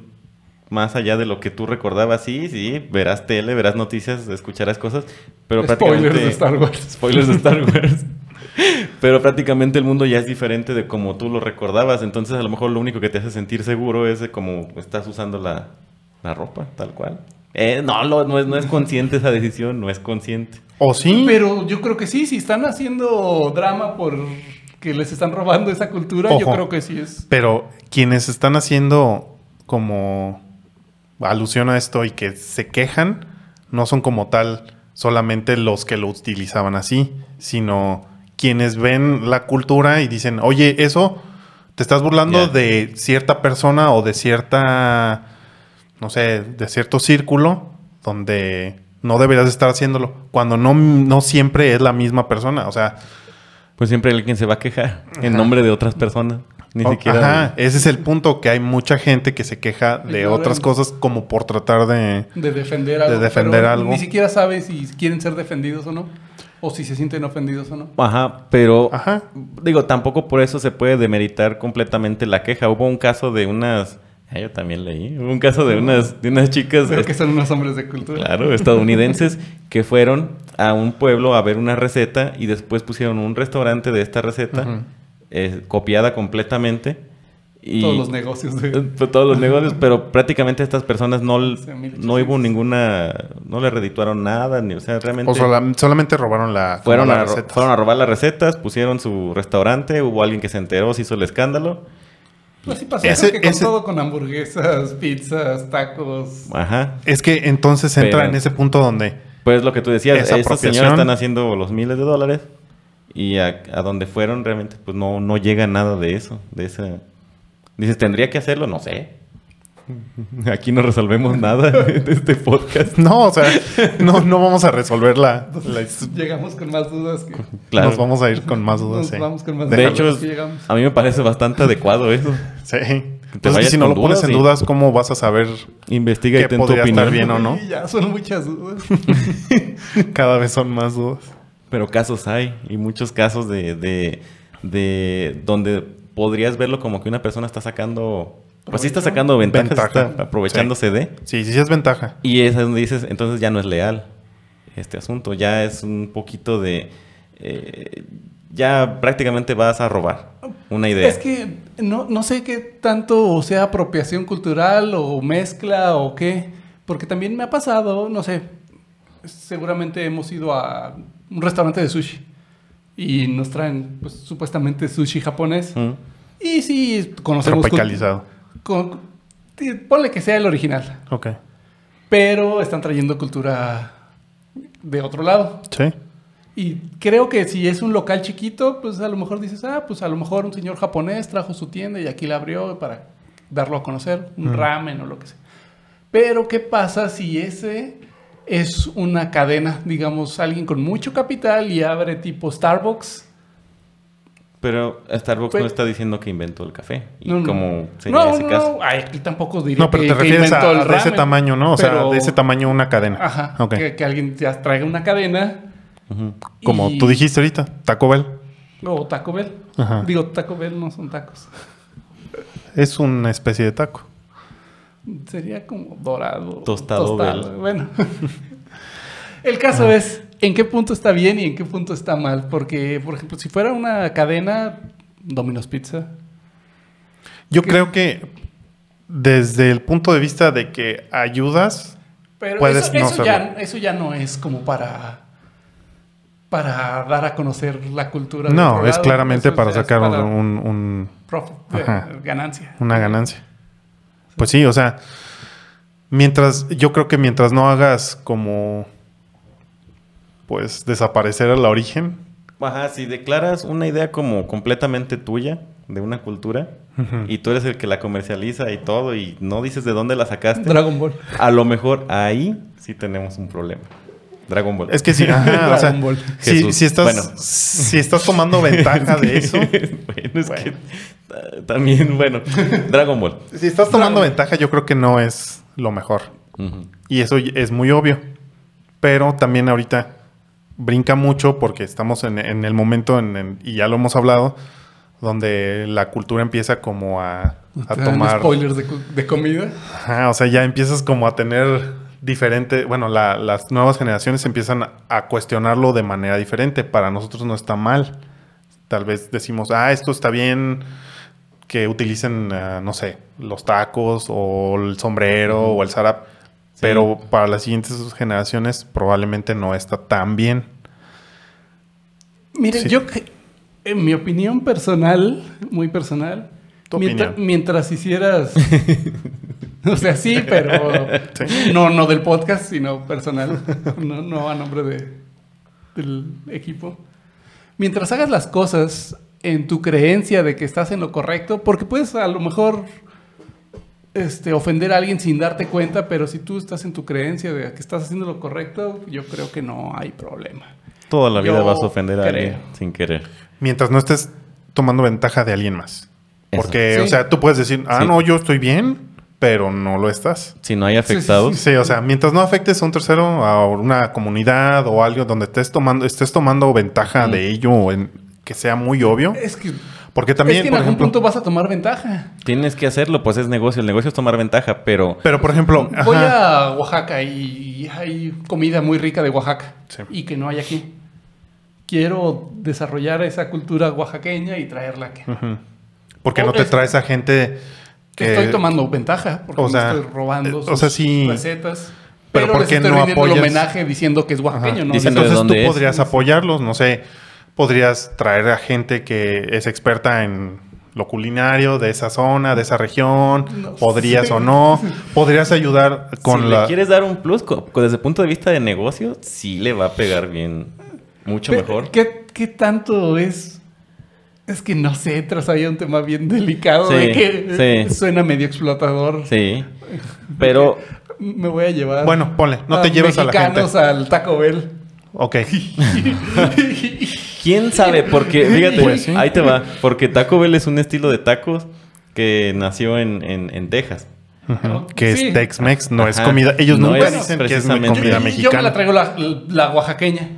Speaker 3: más allá de lo que tú recordabas. Sí, sí, verás tele, verás noticias, escucharás cosas, pero
Speaker 2: Spoilers de
Speaker 3: prácticamente...
Speaker 2: Star Wars.
Speaker 3: Spoilers de Star Wars. Pero prácticamente el mundo ya es diferente de como tú lo recordabas. Entonces, a lo mejor lo único que te hace sentir seguro es de cómo estás usando la, la ropa, tal cual. Eh, no, lo- no, es, no es consciente esa decisión, no es consciente.
Speaker 1: O sí,
Speaker 2: Pero yo creo que sí, si están haciendo drama por que les están robando esa cultura, yo
Speaker 1: Ojo.
Speaker 2: creo que sí es.
Speaker 1: Pero quienes están haciendo como alusión a esto y que se quejan, no son como tal solamente los que lo utilizaban así, sino quienes ven la cultura y dicen, oye, eso te estás burlando
Speaker 3: Ya.
Speaker 1: de cierta persona o de cierta, no sé, de cierto círculo donde no deberías estar haciéndolo, cuando no, no siempre es la misma persona, o sea,
Speaker 3: Pues siempre alguien se va a quejar en nombre de otras personas. Ni
Speaker 1: O-
Speaker 3: siquiera.
Speaker 1: Oh, Ajá, ese es el punto, que hay mucha gente que se queja de
Speaker 2: Ignoran.
Speaker 1: otras cosas como por tratar de...
Speaker 2: De defender algo.
Speaker 1: defender
Speaker 2: pero
Speaker 1: algo.
Speaker 2: Ni siquiera sabe si quieren ser defendidos o no. O si se sienten ofendidos o no.
Speaker 3: Ajá, pero
Speaker 1: Ajá.
Speaker 3: digo, tampoco por eso se puede demeritar completamente la queja. Hubo un caso de unas. Ah, yo también leí. Hubo un caso de unas, de unas chicas.
Speaker 2: Creo que son unos hombres de cultura.
Speaker 3: Claro, estadounidenses que fueron a un pueblo a ver una receta y después pusieron un restaurante de esta receta
Speaker 1: Ujú.
Speaker 3: eh, copiada completamente. Y
Speaker 2: Todos los negocios de.
Speaker 3: eh, todos los negocios, pero prácticamente estas personas no, l-
Speaker 2: Sí, 1800.
Speaker 3: no hubo ninguna, no le redituaron nada, ni, o sea, realmente
Speaker 1: O sola- solamente robaron la... como
Speaker 3: fueron,
Speaker 1: la
Speaker 3: a, ro-
Speaker 1: receta.
Speaker 3: fueron a robar las recetas, pusieron su restaurante, hubo alguien que se enteró, se hizo el escándalo,
Speaker 2: Pues sí pasó
Speaker 1: Ese-
Speaker 2: creo que con
Speaker 1: ese-
Speaker 2: todo, con hamburguesas, pizzas, tacos.
Speaker 3: ajá,
Speaker 1: Es que entonces entra
Speaker 3: Pero-
Speaker 1: en ese punto donde...
Speaker 3: Pues lo que tú decías,
Speaker 1: Esa
Speaker 3: estos
Speaker 1: apropiación.
Speaker 3: señores están haciendo los miles de dólares y a, a donde fueron realmente pues no, no llega nada de eso, de esa... Dices, ¿tendría que hacerlo? No sé. Aquí no resolvemos nada de este podcast.
Speaker 1: No, o sea, no, no vamos a resolver la... la-
Speaker 2: Llegamos con más dudas que.
Speaker 3: Claro.
Speaker 1: Nos vamos a ir con más dudas.
Speaker 2: Nos
Speaker 1: sí.
Speaker 2: vamos con más
Speaker 3: de
Speaker 2: Déjalo,
Speaker 3: hecho,
Speaker 2: sí llegamos.
Speaker 3: a mí me parece bastante adecuado eso.
Speaker 1: Sí. Entonces,
Speaker 3: vayas
Speaker 1: si no
Speaker 3: con
Speaker 1: lo pones
Speaker 3: dudas
Speaker 1: en
Speaker 3: y-
Speaker 1: dudas, ¿cómo vas a saber
Speaker 3: Investiga y
Speaker 1: qué
Speaker 3: ten tu
Speaker 1: podría
Speaker 3: opinión.
Speaker 1: estar bien o no?
Speaker 2: Y ya son muchas dudas.
Speaker 1: Cada vez son más dudas.
Speaker 3: Pero casos hay y muchos casos de, de, de donde podrías verlo como que una persona está sacando... Pues sí está sacando ventajas,
Speaker 1: Ventaja.
Speaker 3: está aprovechándose de...
Speaker 1: Sí, sí, sí es ventaja.
Speaker 3: Y es donde dices, entonces ya no es leal este asunto, ya es un poquito de... eh, ya prácticamente vas a robar una idea.
Speaker 2: Es que no, no sé qué tanto sea apropiación cultural o mezcla o qué. Porque también me ha pasado, no sé, seguramente hemos ido a un restaurante de sushi y nos traen pues, supuestamente sushi japonés.
Speaker 3: Mm.
Speaker 2: Y sí, conocemos...
Speaker 1: Tropicalizado.
Speaker 2: con- ti- ponle que sea el original,
Speaker 1: Ok.
Speaker 2: pero están trayendo cultura de otro lado.
Speaker 1: Sí.
Speaker 2: Y creo que si es un local chiquito, pues a lo mejor dices, ah, pues a lo mejor un señor japonés trajo su tienda y aquí la abrió para darlo a conocer, un
Speaker 1: Mm.
Speaker 2: ramen o lo que sea. Pero ¿qué pasa si ese es una cadena, digamos, alguien con mucho capital y abre tipo Starbucks?
Speaker 3: Pero Starbucks
Speaker 2: Pues-
Speaker 3: no está diciendo que inventó el café. Y
Speaker 2: No, no.
Speaker 3: como sería
Speaker 2: no,
Speaker 3: ese
Speaker 2: no,
Speaker 3: caso.
Speaker 2: ay, aquí tampoco diría
Speaker 1: No, pero
Speaker 2: que-
Speaker 1: te
Speaker 2: que
Speaker 1: refieres a,
Speaker 2: inventó el
Speaker 1: a de ese
Speaker 2: ramen,
Speaker 1: tamaño, ¿no? O sea,
Speaker 2: pero-
Speaker 1: de ese tamaño una cadena.
Speaker 2: Ajá,
Speaker 1: Ok.
Speaker 2: que, que alguien ya traiga una cadena.
Speaker 3: Ujú.
Speaker 1: Como
Speaker 2: y-
Speaker 1: tú dijiste ahorita, Taco Bell
Speaker 2: O Taco Bell.
Speaker 1: Ajá.
Speaker 2: Digo, Taco Bell no son tacos.
Speaker 1: es una especie de taco.
Speaker 2: Sería como dorado.
Speaker 3: Tostado Bell.
Speaker 2: Bueno. El caso
Speaker 1: Ah.
Speaker 2: es en qué punto está bien y en qué punto está mal. Porque, por ejemplo, si fuera una cadena, Domino's Pizza.
Speaker 1: Yo
Speaker 2: ¿Qué?
Speaker 1: creo que desde el punto de vista de que ayudas,
Speaker 2: Pero
Speaker 1: Puedes
Speaker 2: eso,
Speaker 1: no
Speaker 2: eso ya,
Speaker 1: serlo.
Speaker 2: eso ya no es como para para dar a conocer la cultura. del
Speaker 1: no,
Speaker 2: otro
Speaker 1: es
Speaker 2: lado.
Speaker 1: claramente
Speaker 2: Eso
Speaker 1: para
Speaker 2: ya es
Speaker 1: sacar
Speaker 2: para
Speaker 1: un- un,
Speaker 2: prof- eh,
Speaker 1: Ajá.
Speaker 2: ganancia.
Speaker 1: una ganancia. Pues sí, o sea, mientras, yo creo que mientras no hagas como, pues desaparecer al origen,
Speaker 3: Ajá, si declaras una idea como completamente tuya, de una cultura,
Speaker 1: Ujú.
Speaker 3: y tú eres el que la comercializa y todo, y no dices de dónde la sacaste,
Speaker 2: Dragon Ball.
Speaker 3: a lo mejor ahí sí tenemos un problema. Dragon Ball.
Speaker 1: es que si, ajá, o sea,
Speaker 2: Dragon Ball.
Speaker 1: si-
Speaker 3: Jesús.
Speaker 1: si estás,
Speaker 3: Bueno.
Speaker 1: si estás tomando ventaja de eso,
Speaker 3: bueno, es que ta- también, bueno, Dragon Ball.
Speaker 1: si estás tomando ventaja, yo creo que no es lo mejor.
Speaker 3: Ujú.
Speaker 1: Y eso y- es muy obvio. Pero también ahorita brinca mucho porque estamos en, en el momento, en, en- y ya lo hemos hablado, donde la cultura empieza como a, a
Speaker 2: Traen
Speaker 1: tomar...
Speaker 2: spoilers de, cu- de comida.
Speaker 1: Ajá, o sea, ya empiezas como a tener diferente, bueno, la- las nuevas generaciones empiezan a, a cuestionarlo de manera diferente. Para nosotros no está mal. Tal vez decimos, ah, esto está bien que utilicen, ah, no sé, los tacos o el sombrero o el zarap. Pero para las siguientes generaciones probablemente no está tan bien.
Speaker 2: Miren,
Speaker 1: Sí.
Speaker 2: yo, que- en mi opinión personal, muy personal,
Speaker 1: Tu
Speaker 2: mientra-
Speaker 1: opinión.
Speaker 2: mientras hicieras. o sea, sí, pero.
Speaker 1: Sí.
Speaker 2: No, no del podcast, sino personal. No, no a nombre de, del equipo. Mientras hagas las cosas en tu creencia de que estás en lo correcto, porque puedes a lo mejor. Este, ofender a alguien sin darte cuenta, pero si tú estás en tu creencia de que estás haciendo lo correcto, yo creo que no hay problema.
Speaker 3: Toda la vida
Speaker 2: Yo
Speaker 3: vas a ofender a
Speaker 2: creo.
Speaker 3: alguien sin querer.
Speaker 1: Mientras no estés tomando ventaja de alguien más.
Speaker 3: Eso.
Speaker 1: Porque, o
Speaker 2: Sí.
Speaker 1: sea, tú puedes decir, ah,
Speaker 3: Sí.
Speaker 1: no, yo estoy bien, pero no lo estás.
Speaker 3: Si no hay
Speaker 2: sí,
Speaker 3: afectados,
Speaker 1: Sí, o sea, mientras no afectes a un tercero, a una comunidad o algo donde estés tomando, estés tomando ventaja de ello, o en, que sea muy obvio.
Speaker 2: Es que
Speaker 1: Porque también,
Speaker 2: es que en
Speaker 1: por
Speaker 2: algún
Speaker 1: ejemplo,
Speaker 2: punto vas a tomar ventaja.
Speaker 3: tienes que hacerlo, pues es negocio. El negocio es tomar ventaja, pero
Speaker 1: pero por ejemplo,
Speaker 2: Voy
Speaker 1: ajá,
Speaker 2: a Oaxaca y hay comida muy rica de Oaxaca
Speaker 1: Sí.
Speaker 2: y que no hay aquí. Quiero desarrollar esa cultura oaxaqueña y traerla aquí.
Speaker 1: ujú. porque no
Speaker 2: o
Speaker 1: te
Speaker 2: es-
Speaker 1: traes a gente
Speaker 2: Que
Speaker 1: que-
Speaker 2: estoy tomando ventaja porque
Speaker 1: Eh, o
Speaker 2: me
Speaker 1: sea,
Speaker 2: estoy robando
Speaker 1: eh, o
Speaker 2: sus
Speaker 1: sea, sí,
Speaker 2: recetas.
Speaker 1: pero
Speaker 2: Pero,
Speaker 1: ¿por
Speaker 2: les
Speaker 1: qué
Speaker 2: estoy
Speaker 1: no
Speaker 2: rindiendo el
Speaker 1: apoyas?
Speaker 2: homenaje diciendo que es
Speaker 1: Ajá.
Speaker 2: oaqueño. ¿no?
Speaker 3: Diciendo-
Speaker 1: Entonces
Speaker 3: de
Speaker 1: tú
Speaker 3: dónde es.
Speaker 1: podrías apoyarlos, no sé, podrías traer a gente que es experta en lo culinario de esa zona, de esa región,
Speaker 2: No
Speaker 1: podrías
Speaker 2: sé.
Speaker 1: o no, podrías ayudar con
Speaker 3: si
Speaker 1: la...
Speaker 3: le quieres dar un plus, co- co- desde el punto de vista de negocio, sí le va a pegar bien. Mucho
Speaker 2: Pero,
Speaker 3: mejor.
Speaker 2: ¿qué, qué tanto es? Es que no sé, tras ahí un tema bien delicado
Speaker 3: Sí,
Speaker 2: de que
Speaker 3: sí.
Speaker 2: suena medio explotador.
Speaker 3: Sí. Pero
Speaker 2: Me voy a llevar.
Speaker 1: Bueno, ponle, no te lleves a la gente.
Speaker 2: Ah, mexicanos al Taco Bell.
Speaker 1: Ok.
Speaker 3: quién sabe, porque fíjate,
Speaker 2: Pues sí.
Speaker 3: ahí te va. Porque Taco Bell es un estilo de tacos que nació en, en- en Texas.
Speaker 1: Ujú, Que
Speaker 2: Sí.
Speaker 1: es Tex-Mex, no es
Speaker 3: Ajá.
Speaker 1: comida. Ellos
Speaker 3: No
Speaker 1: nunca
Speaker 3: es
Speaker 1: dicen que es
Speaker 3: precisamente-
Speaker 1: comida
Speaker 2: yo, yo me la
Speaker 1: mexicana.
Speaker 2: traigo la, la oaxaqueña.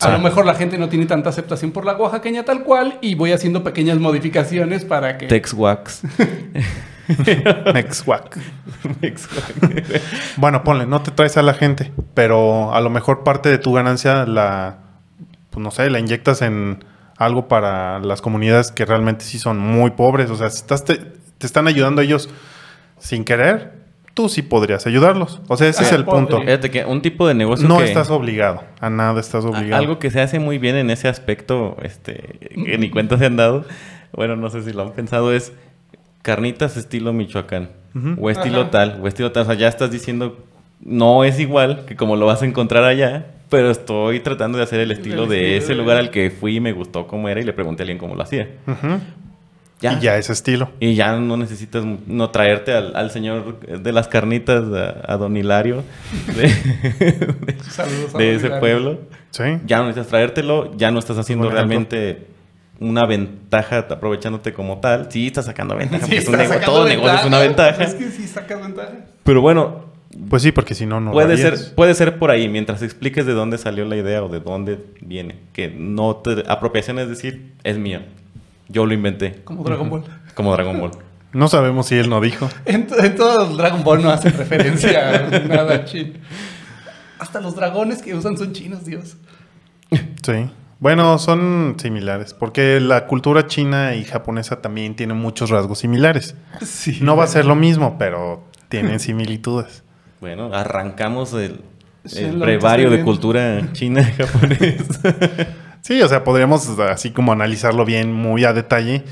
Speaker 2: A
Speaker 3: Sí.
Speaker 2: lo mejor la gente no tiene tanta aceptación por la oaxaqueña tal cual y voy haciendo pequeñas modificaciones para que...
Speaker 3: Tex Wax.
Speaker 1: Mex-Wac. Bueno, ponle, no te traes a la gente, pero a lo mejor parte de tu ganancia la, pues no sé, la inyectas en algo para las comunidades que realmente sí son muy pobres. O sea, si estás te, te están ayudando ellos sin querer, tú sí podrías ayudarlos. O sea, ese
Speaker 2: Ah,
Speaker 1: es el punto.
Speaker 2: podría.
Speaker 3: Fíjate que un tipo de negocio
Speaker 1: No
Speaker 3: que-
Speaker 1: estás obligado. A nada estás
Speaker 3: a-
Speaker 1: obligado.
Speaker 3: Algo que se hace muy bien en ese aspecto, este, que ni cuenta se han dado, bueno, no sé si lo han pensado, es carnitas estilo Michoacán,
Speaker 1: Ujú.
Speaker 3: o estilo
Speaker 2: Ajá.
Speaker 3: tal, o estilo tal. O sea, ya estás diciendo, no es igual que como lo vas a encontrar allá, pero estoy tratando de hacer el estilo
Speaker 2: El
Speaker 3: de
Speaker 2: estilo
Speaker 3: ese
Speaker 2: de-
Speaker 3: lugar al que fui y me gustó cómo era y le pregunté a alguien cómo lo hacía.
Speaker 1: Ujú.
Speaker 3: Ya.
Speaker 1: Y ya ese estilo.
Speaker 3: Y ya no necesitas no traerte al, al señor de las carnitas, a, a don Hilario, de,
Speaker 2: Saludos a
Speaker 3: de
Speaker 2: Don
Speaker 3: ese
Speaker 2: Hilario.
Speaker 3: pueblo.
Speaker 1: Sí.
Speaker 3: Ya no necesitas traértelo, ya no estás haciendo
Speaker 1: Buen dato.
Speaker 3: realmente una ventaja t- aprovechándote como tal. Sí, estás sacando ventaja,
Speaker 2: Sí,
Speaker 3: porque es un
Speaker 2: está
Speaker 3: nego-
Speaker 2: sacando
Speaker 3: todo negocio es una ventaja.
Speaker 2: Es que sí sacas ventaja.
Speaker 3: Pero bueno,
Speaker 1: Pues sí, porque si no, no. lo
Speaker 3: puede,
Speaker 1: harías.
Speaker 3: ser, puede ser por ahí, mientras expliques de dónde salió la idea o de dónde viene. Que no te- apropiación es decir, es mía. Yo lo inventé,
Speaker 2: Como Dragon Ball.
Speaker 3: como Dragon Ball.
Speaker 1: No sabemos si él no dijo.
Speaker 2: En, to- en todos Dragon Ball no hace referencia a nada chino. Hasta los dragones que usan son chinos, Dios.
Speaker 1: Sí. Bueno, son similares. Porque la cultura china y japonesa también tiene muchos rasgos similares.
Speaker 2: Sí.
Speaker 1: No va a ser lo mismo, pero tienen similitudes.
Speaker 3: Bueno, arrancamos el,
Speaker 2: Sí, lo
Speaker 3: el
Speaker 2: que
Speaker 3: brevario
Speaker 2: estoy
Speaker 3: de
Speaker 2: viendo.
Speaker 3: cultura china y japonesa.
Speaker 1: Sí, o sea, podríamos así como analizarlo bien, muy a detalle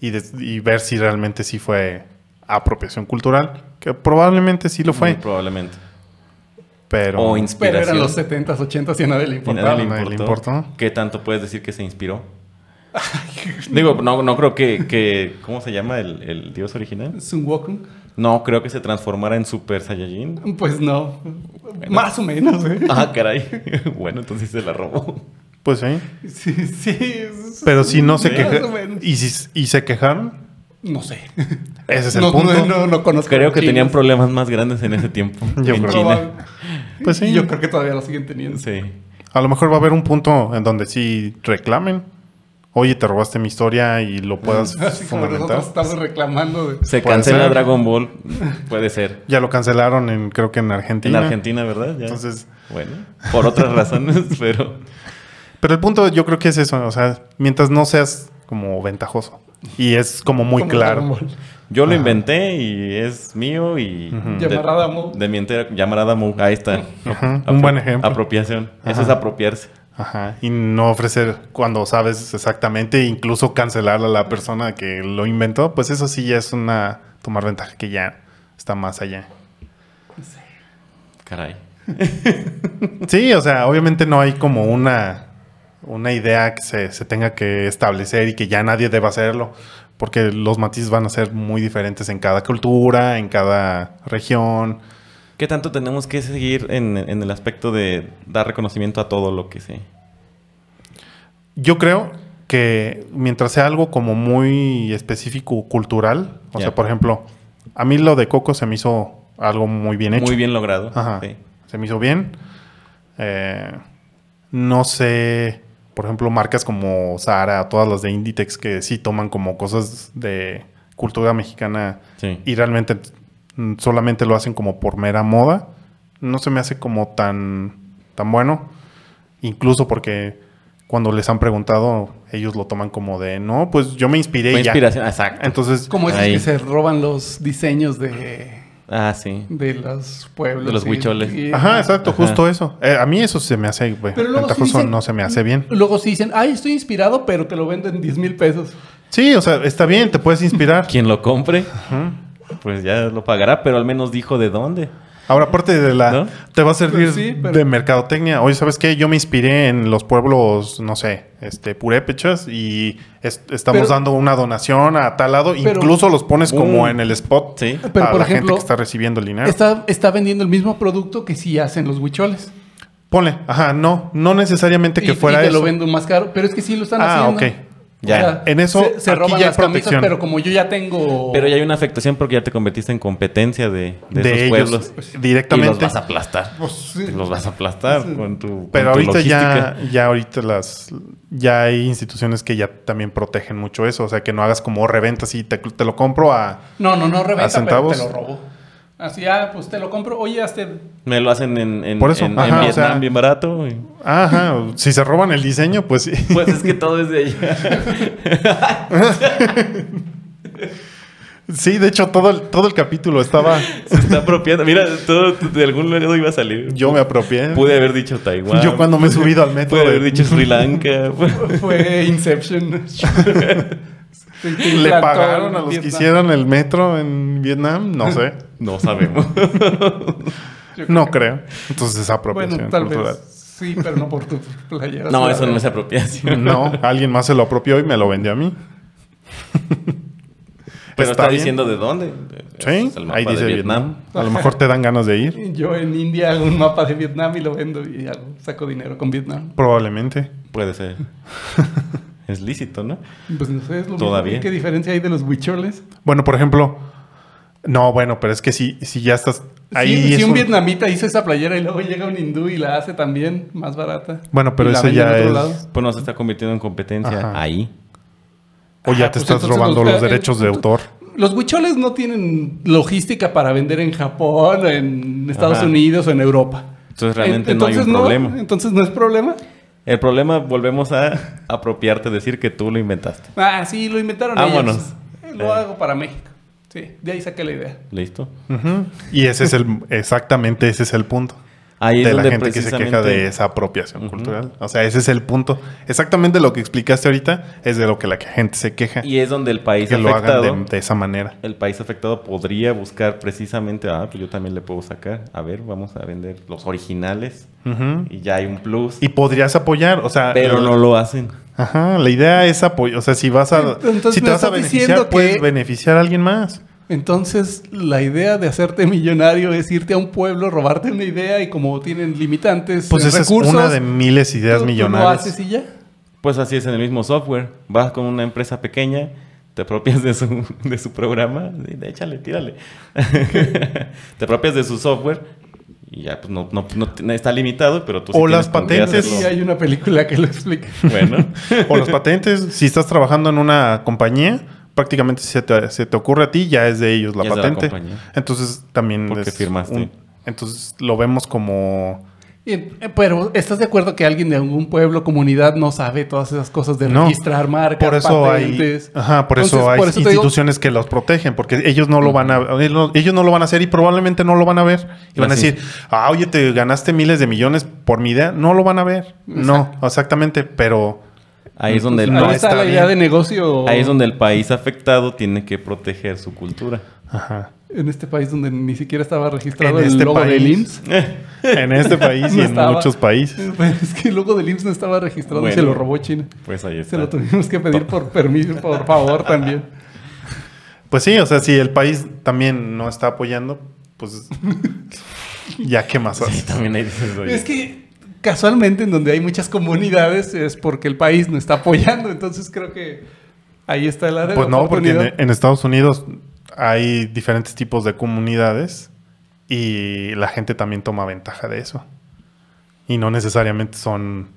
Speaker 1: y, des- y ver si realmente sí fue apropiación cultural, que probablemente sí lo
Speaker 3: Muy
Speaker 1: fue,
Speaker 3: probablemente.
Speaker 1: pero
Speaker 3: o
Speaker 2: Pero eran
Speaker 3: inspiración.
Speaker 2: los 70s, 80s y a nadie le
Speaker 3: Y
Speaker 2: importaba.
Speaker 3: nadie
Speaker 1: a
Speaker 3: le
Speaker 1: nadie le
Speaker 3: importó.
Speaker 1: importó.
Speaker 3: ¿Qué tanto puedes decir que se inspiró? Digo, no, no creo que, que- ¿Cómo se llama el, el dios original?
Speaker 2: Sun Wukong,
Speaker 3: No creo que se transformara en Super Saiyajin.
Speaker 2: pues no. Más o menos, ¿eh?
Speaker 3: Ah, caray. Bueno, entonces se la robó.
Speaker 1: pues sí.
Speaker 2: Sí, sí. es-
Speaker 1: Pero si no se
Speaker 2: más
Speaker 1: queja-
Speaker 2: o menos.
Speaker 1: ¿Y, si- y se quejaron,
Speaker 2: No sé.
Speaker 1: ese es el
Speaker 2: no,
Speaker 1: punto.
Speaker 2: No, no, no conozco.
Speaker 3: Creo que
Speaker 2: chinos.
Speaker 3: tenían problemas más grandes en ese tiempo.
Speaker 1: Yo
Speaker 3: en
Speaker 1: creo.
Speaker 3: China.
Speaker 2: Probable.
Speaker 1: Pues sí.
Speaker 2: Y yo creo que todavía lo siguen teniendo.
Speaker 3: Sí.
Speaker 1: A lo mejor va a haber un punto en donde sí reclamen. Oye, te robaste mi historia y lo puedas
Speaker 2: Mm. Así como
Speaker 1: fundamentar.
Speaker 2: nosotros estamos reclamando de...
Speaker 3: Se
Speaker 1: Puede
Speaker 3: cancela
Speaker 1: ser.
Speaker 3: Dragon Ball. Puede ser.
Speaker 1: Ya lo cancelaron en, creo que en Argentina.
Speaker 3: En Argentina, ¿verdad? Ya.
Speaker 1: Entonces,
Speaker 3: Bueno, por otras razones, pero
Speaker 1: pero el punto yo creo que es eso, o sea, mientras no seas como ventajoso. Y es como muy
Speaker 2: como
Speaker 1: claro.
Speaker 2: Dragon Ball.
Speaker 3: yo lo
Speaker 1: Ajá.
Speaker 3: inventé y es mío y...
Speaker 1: Ujú.
Speaker 3: de-
Speaker 2: Llamarada Mu.
Speaker 3: De mi entera... Llamarada Mu, ahí está.
Speaker 1: Ajá,
Speaker 3: Apro-
Speaker 1: un buen ejemplo.
Speaker 3: Apropiación. Eso
Speaker 1: Ajá.
Speaker 3: es apropiarse.
Speaker 1: Ajá. Y no ofrecer cuando sabes exactamente, incluso cancelar a la persona que lo inventó, pues eso sí ya es una tomar ventaja que ya está más allá.
Speaker 3: Caray.
Speaker 1: Sí, o sea, obviamente no hay como una, una idea que se, se tenga que establecer y que ya nadie deba hacerlo, porque los matices van a ser muy diferentes en cada cultura, en cada región.
Speaker 3: ¿Qué tanto tenemos que seguir en, en el aspecto de dar reconocimiento a todo lo que se...
Speaker 1: Yo creo que mientras sea algo como muy específico cultural, o
Speaker 3: Ya.
Speaker 1: sea, por ejemplo, a mí lo de Coco se me hizo algo muy bien hecho.
Speaker 3: Muy bien logrado.
Speaker 1: Ajá.
Speaker 3: sí.
Speaker 1: Se me hizo bien. Eh, no sé, por ejemplo, marcas como Zara, todas las de Inditex que sí toman como cosas de cultura mexicana
Speaker 3: Sí.
Speaker 1: y realmente mm, solamente lo hacen como por mera moda. No se me hace como tan, tan bueno. Incluso porque cuando les han preguntado, ellos lo toman como de, no, pues yo me inspiré
Speaker 3: Fue
Speaker 1: y ya.
Speaker 3: inspiración. Exacto.
Speaker 1: Entonces,
Speaker 2: Como esos
Speaker 3: Ahí.
Speaker 2: que se roban los diseños de,
Speaker 3: Ah, sí.
Speaker 2: de los pueblos.
Speaker 3: De los
Speaker 2: y-
Speaker 3: huicholes.
Speaker 2: y-
Speaker 1: Ajá, exacto,
Speaker 3: Ajá.
Speaker 1: justo eso. Eh, a mí eso se me hace güey,
Speaker 2: Pero luego sí
Speaker 1: ventajoso,
Speaker 2: dicen-
Speaker 1: no se me hace bien.
Speaker 2: Luego sí dicen, ay, estoy inspirado, pero te lo venden 10 mil pesos.
Speaker 1: Sí, o sea, está bien, te puedes inspirar.
Speaker 3: Quien lo compre, pues ya lo pagará, pero al menos dijo de dónde.
Speaker 1: Ahora, aparte de la...
Speaker 3: ¿No?
Speaker 1: Te va a servir
Speaker 2: Pues sí, pero-
Speaker 1: de mercadotecnia. Oye, ¿sabes qué? Yo me inspiré en los pueblos, no sé, este, purépechas y es- estamos
Speaker 2: Pero-
Speaker 1: dando una donación a tal lado.
Speaker 2: Pero-
Speaker 1: Incluso los pones como
Speaker 3: Mm.
Speaker 1: en el spot
Speaker 3: Sí.
Speaker 2: Pero,
Speaker 1: a
Speaker 2: por
Speaker 1: la gente
Speaker 2: ejemplo,
Speaker 1: que está recibiendo el dinero.
Speaker 2: Está, está vendiendo el mismo producto que sí hacen los huicholes.
Speaker 1: Ponle. Ajá, no. No necesariamente que
Speaker 2: Y-
Speaker 1: fuera
Speaker 2: y te
Speaker 1: eso.
Speaker 2: lo vendo más caro, pero es que sí lo están
Speaker 1: Ah,
Speaker 2: haciendo.
Speaker 1: ok.
Speaker 3: Ya.
Speaker 1: En eso,
Speaker 2: se, se
Speaker 1: aquí
Speaker 2: roban
Speaker 1: ya hay
Speaker 2: las camisas,
Speaker 1: protección.
Speaker 2: pero como yo ya tengo
Speaker 3: Pero ya hay una afectación porque ya te convertiste en competencia de, de,
Speaker 1: De,
Speaker 3: esos
Speaker 1: ellos
Speaker 3: pueblos. Y los
Speaker 1: directamente.
Speaker 3: vas a aplastar.
Speaker 2: Pues sí.
Speaker 3: Te los vas a aplastar con tu. con
Speaker 1: Pero
Speaker 3: tu
Speaker 1: ahorita ya,
Speaker 3: logística.
Speaker 1: ya ahorita las ya hay instituciones que ya también protegen mucho eso, o sea que no hagas como reventas y te, te lo compro a
Speaker 2: No, no, no reventa,
Speaker 1: ¿A
Speaker 2: pero te lo
Speaker 1: centavos?
Speaker 2: robo. Así, ah, pues te lo compro. Oye, este...
Speaker 3: Me lo hacen en, en-
Speaker 1: Por eso,
Speaker 3: en- en
Speaker 1: ajá, o
Speaker 3: Vietnam
Speaker 1: sea-
Speaker 3: bien barato. y-
Speaker 1: ajá, si se roban el diseño, pues sí.
Speaker 3: Pues es que todo es de allá.
Speaker 1: Sí, de hecho, todo el, todo el capítulo estaba.
Speaker 3: Se está apropiando. Mira, todo, de algún lado iba a salir.
Speaker 1: Yo me apropié.
Speaker 3: Pude haber dicho Taiwán.
Speaker 1: Yo cuando me he subido al metro.
Speaker 3: Pude haber
Speaker 1: de-
Speaker 3: dicho Sri Lanka.
Speaker 2: Fue Inception. Se
Speaker 1: ¿Le
Speaker 2: implantó
Speaker 1: pagaron
Speaker 2: en
Speaker 1: a los que
Speaker 2: Vietnam.
Speaker 1: hicieron el metro en Vietnam? No sé.
Speaker 3: no sabemos.
Speaker 2: Yo creo
Speaker 1: No
Speaker 2: que-
Speaker 1: creo. Entonces, apropiación
Speaker 2: Bueno, tal
Speaker 1: cultural.
Speaker 2: vez. Sí, pero no por tu playera.
Speaker 3: No, eso no es apropiación.
Speaker 1: No, alguien más se lo apropió y me lo vendió a mí.
Speaker 3: Pero está,
Speaker 1: Pues bien.
Speaker 3: diciendo de dónde.
Speaker 1: Sí,
Speaker 3: Es el mapa
Speaker 1: ahí
Speaker 3: de
Speaker 1: dice Vietnam. A lo mejor te dan ganas de ir.
Speaker 2: Yo en India hago un mapa de Vietnam y lo vendo y hago- saco dinero con Vietnam.
Speaker 1: Probablemente.
Speaker 3: Puede ser. es lícito, ¿no?
Speaker 2: Pues no sé, es lo mismo.
Speaker 3: Todavía.
Speaker 2: ¿Qué diferencia hay de los huicholes?
Speaker 1: Bueno, por ejemplo. No, bueno, pero es que si, si ya estás ahí.
Speaker 2: Sí, si,
Speaker 1: es
Speaker 2: un
Speaker 1: un-
Speaker 2: vietnamita hizo esa playera y luego llega un hindú y la hace también más barata.
Speaker 1: Bueno, pero
Speaker 2: y la
Speaker 1: eso
Speaker 2: vende en
Speaker 1: ya
Speaker 2: otro
Speaker 1: es-
Speaker 3: Pues no se está convirtiendo en competencia
Speaker 1: Ajá.
Speaker 3: ahí.
Speaker 1: O ya
Speaker 2: Ah,
Speaker 1: te
Speaker 2: pues
Speaker 1: estás
Speaker 2: entonces
Speaker 1: robando
Speaker 2: los-
Speaker 1: los
Speaker 2: eh,
Speaker 1: derechos de
Speaker 2: eh,
Speaker 1: autor.
Speaker 2: Los huicholes no tienen logística para vender en Japón, en Estados
Speaker 3: Ajá.
Speaker 2: Unidos o en Europa.
Speaker 3: Entonces realmente
Speaker 2: En-
Speaker 3: no hay un problema.
Speaker 2: Entonces no es problema.
Speaker 3: El problema, volvemos a apropiarte, decir que tú lo inventaste.
Speaker 2: Ah, sí, lo inventaron
Speaker 3: Vámonos.
Speaker 2: ellos. Eh, Lo
Speaker 3: Eh.
Speaker 2: hago para México. Sí, de ahí saqué la idea.
Speaker 3: ¿Listo?
Speaker 1: Ujú. Y ese es el, exactamente ese es el punto.
Speaker 3: Ahí
Speaker 1: de
Speaker 3: es
Speaker 1: la
Speaker 3: donde
Speaker 1: gente que se
Speaker 3: precisamente...
Speaker 1: queja de esa apropiación cultural. O sea, ese es el punto. Exactamente lo que explicaste ahorita es de lo que la gente se queja.
Speaker 3: Y es donde el país
Speaker 1: este, que lo hagan
Speaker 3: afectado...
Speaker 1: de, de esa manera.
Speaker 3: El país afectado podría buscar precisamente... Ah, pues yo también le puedo sacar. A ver, vamos a vender los originales.
Speaker 1: Ujú.
Speaker 3: Y ya hay un plus.
Speaker 1: Y podrías apoyar, o sea,
Speaker 3: Pero
Speaker 1: el-
Speaker 3: no lo hacen.
Speaker 1: Ajá, la idea es apoyar, o sea, si vas a
Speaker 2: Entonces
Speaker 1: si te
Speaker 2: me
Speaker 1: vas a
Speaker 2: estás
Speaker 1: beneficiar,
Speaker 2: diciendo
Speaker 1: puedes
Speaker 2: que-
Speaker 1: beneficiar a alguien más.
Speaker 2: Entonces, la idea de hacerte millonario es irte a un pueblo, robarte una idea y como tienen limitantes
Speaker 1: Pues
Speaker 2: eh,
Speaker 1: esa
Speaker 2: recursos,
Speaker 1: es una de miles de
Speaker 2: tú-
Speaker 1: ideas
Speaker 2: tú Lo
Speaker 1: millonarias.
Speaker 2: haces y ya.
Speaker 3: Pues así es en el mismo software. Vas con una empresa pequeña, te apropias de su, de su programa, sí, de- échale, tírale. te apropias de su software y ya pues no, no- no te- está limitado, pero tú sí
Speaker 1: O
Speaker 3: tienes
Speaker 1: las
Speaker 3: con qué
Speaker 1: patentes.
Speaker 2: Este Sí,
Speaker 3: hacerlo.
Speaker 2: hay una película que lo explica.
Speaker 3: Bueno,
Speaker 1: O las patentes, si estás trabajando en una compañía, prácticamente si se te, se te ocurre a ti, ya es de ellos la
Speaker 3: Ya es de la
Speaker 1: patente.
Speaker 3: compañía.
Speaker 1: entonces también
Speaker 3: Porque
Speaker 1: es
Speaker 3: firmaste.
Speaker 1: entonces lo vemos como
Speaker 2: Y, eh, Pero, ¿estás de acuerdo que alguien de algún pueblo, comunidad, no sabe todas esas cosas de
Speaker 1: No.
Speaker 2: registrar marcas,
Speaker 1: por eso
Speaker 2: patentes?
Speaker 1: hay ajá, por eso
Speaker 2: Entonces,
Speaker 1: hay
Speaker 2: por eso te digo-
Speaker 1: instituciones que los protegen porque ellos no lo van a ellos no- ellos no lo van a hacer y probablemente no lo van a ver y van
Speaker 3: Así.
Speaker 1: a decir ah oye te ganaste miles de millones por mi idea no lo van a ver no exactamente pero
Speaker 3: ahí es donde el
Speaker 2: Ahí
Speaker 1: No
Speaker 3: país,
Speaker 2: está,
Speaker 1: está
Speaker 2: la
Speaker 1: bien.
Speaker 2: idea de negocio
Speaker 3: ahí es donde el país afectado tiene que proteger su cultura.
Speaker 1: ajá,
Speaker 2: en este país donde ni siquiera estaba registrado
Speaker 1: En
Speaker 2: el
Speaker 1: este
Speaker 2: logo
Speaker 1: país.
Speaker 2: del IMSS.
Speaker 1: en este país y
Speaker 2: No
Speaker 1: en
Speaker 2: estaba.
Speaker 1: muchos países
Speaker 2: pues, Es que el logo del IMSS no estaba registrado y
Speaker 3: Bueno.
Speaker 2: se lo robó China.
Speaker 3: Pues ahí
Speaker 2: Se
Speaker 3: está.
Speaker 2: lo tuvimos que pedir por permiso, por favor también.
Speaker 1: Pues sí, o sea, si el país también no está apoyando, pues ya qué más
Speaker 3: Sí,
Speaker 1: hace.
Speaker 3: también ahí dices, oye,
Speaker 2: Es que casualmente en donde hay muchas comunidades es porque el país no está apoyando, entonces creo que ahí está el área
Speaker 1: Pues
Speaker 2: de
Speaker 1: no, porque en,
Speaker 2: oportunidad.
Speaker 1: en Estados Unidos hay diferentes tipos de comunidades y la gente también toma ventaja de eso. Y no necesariamente son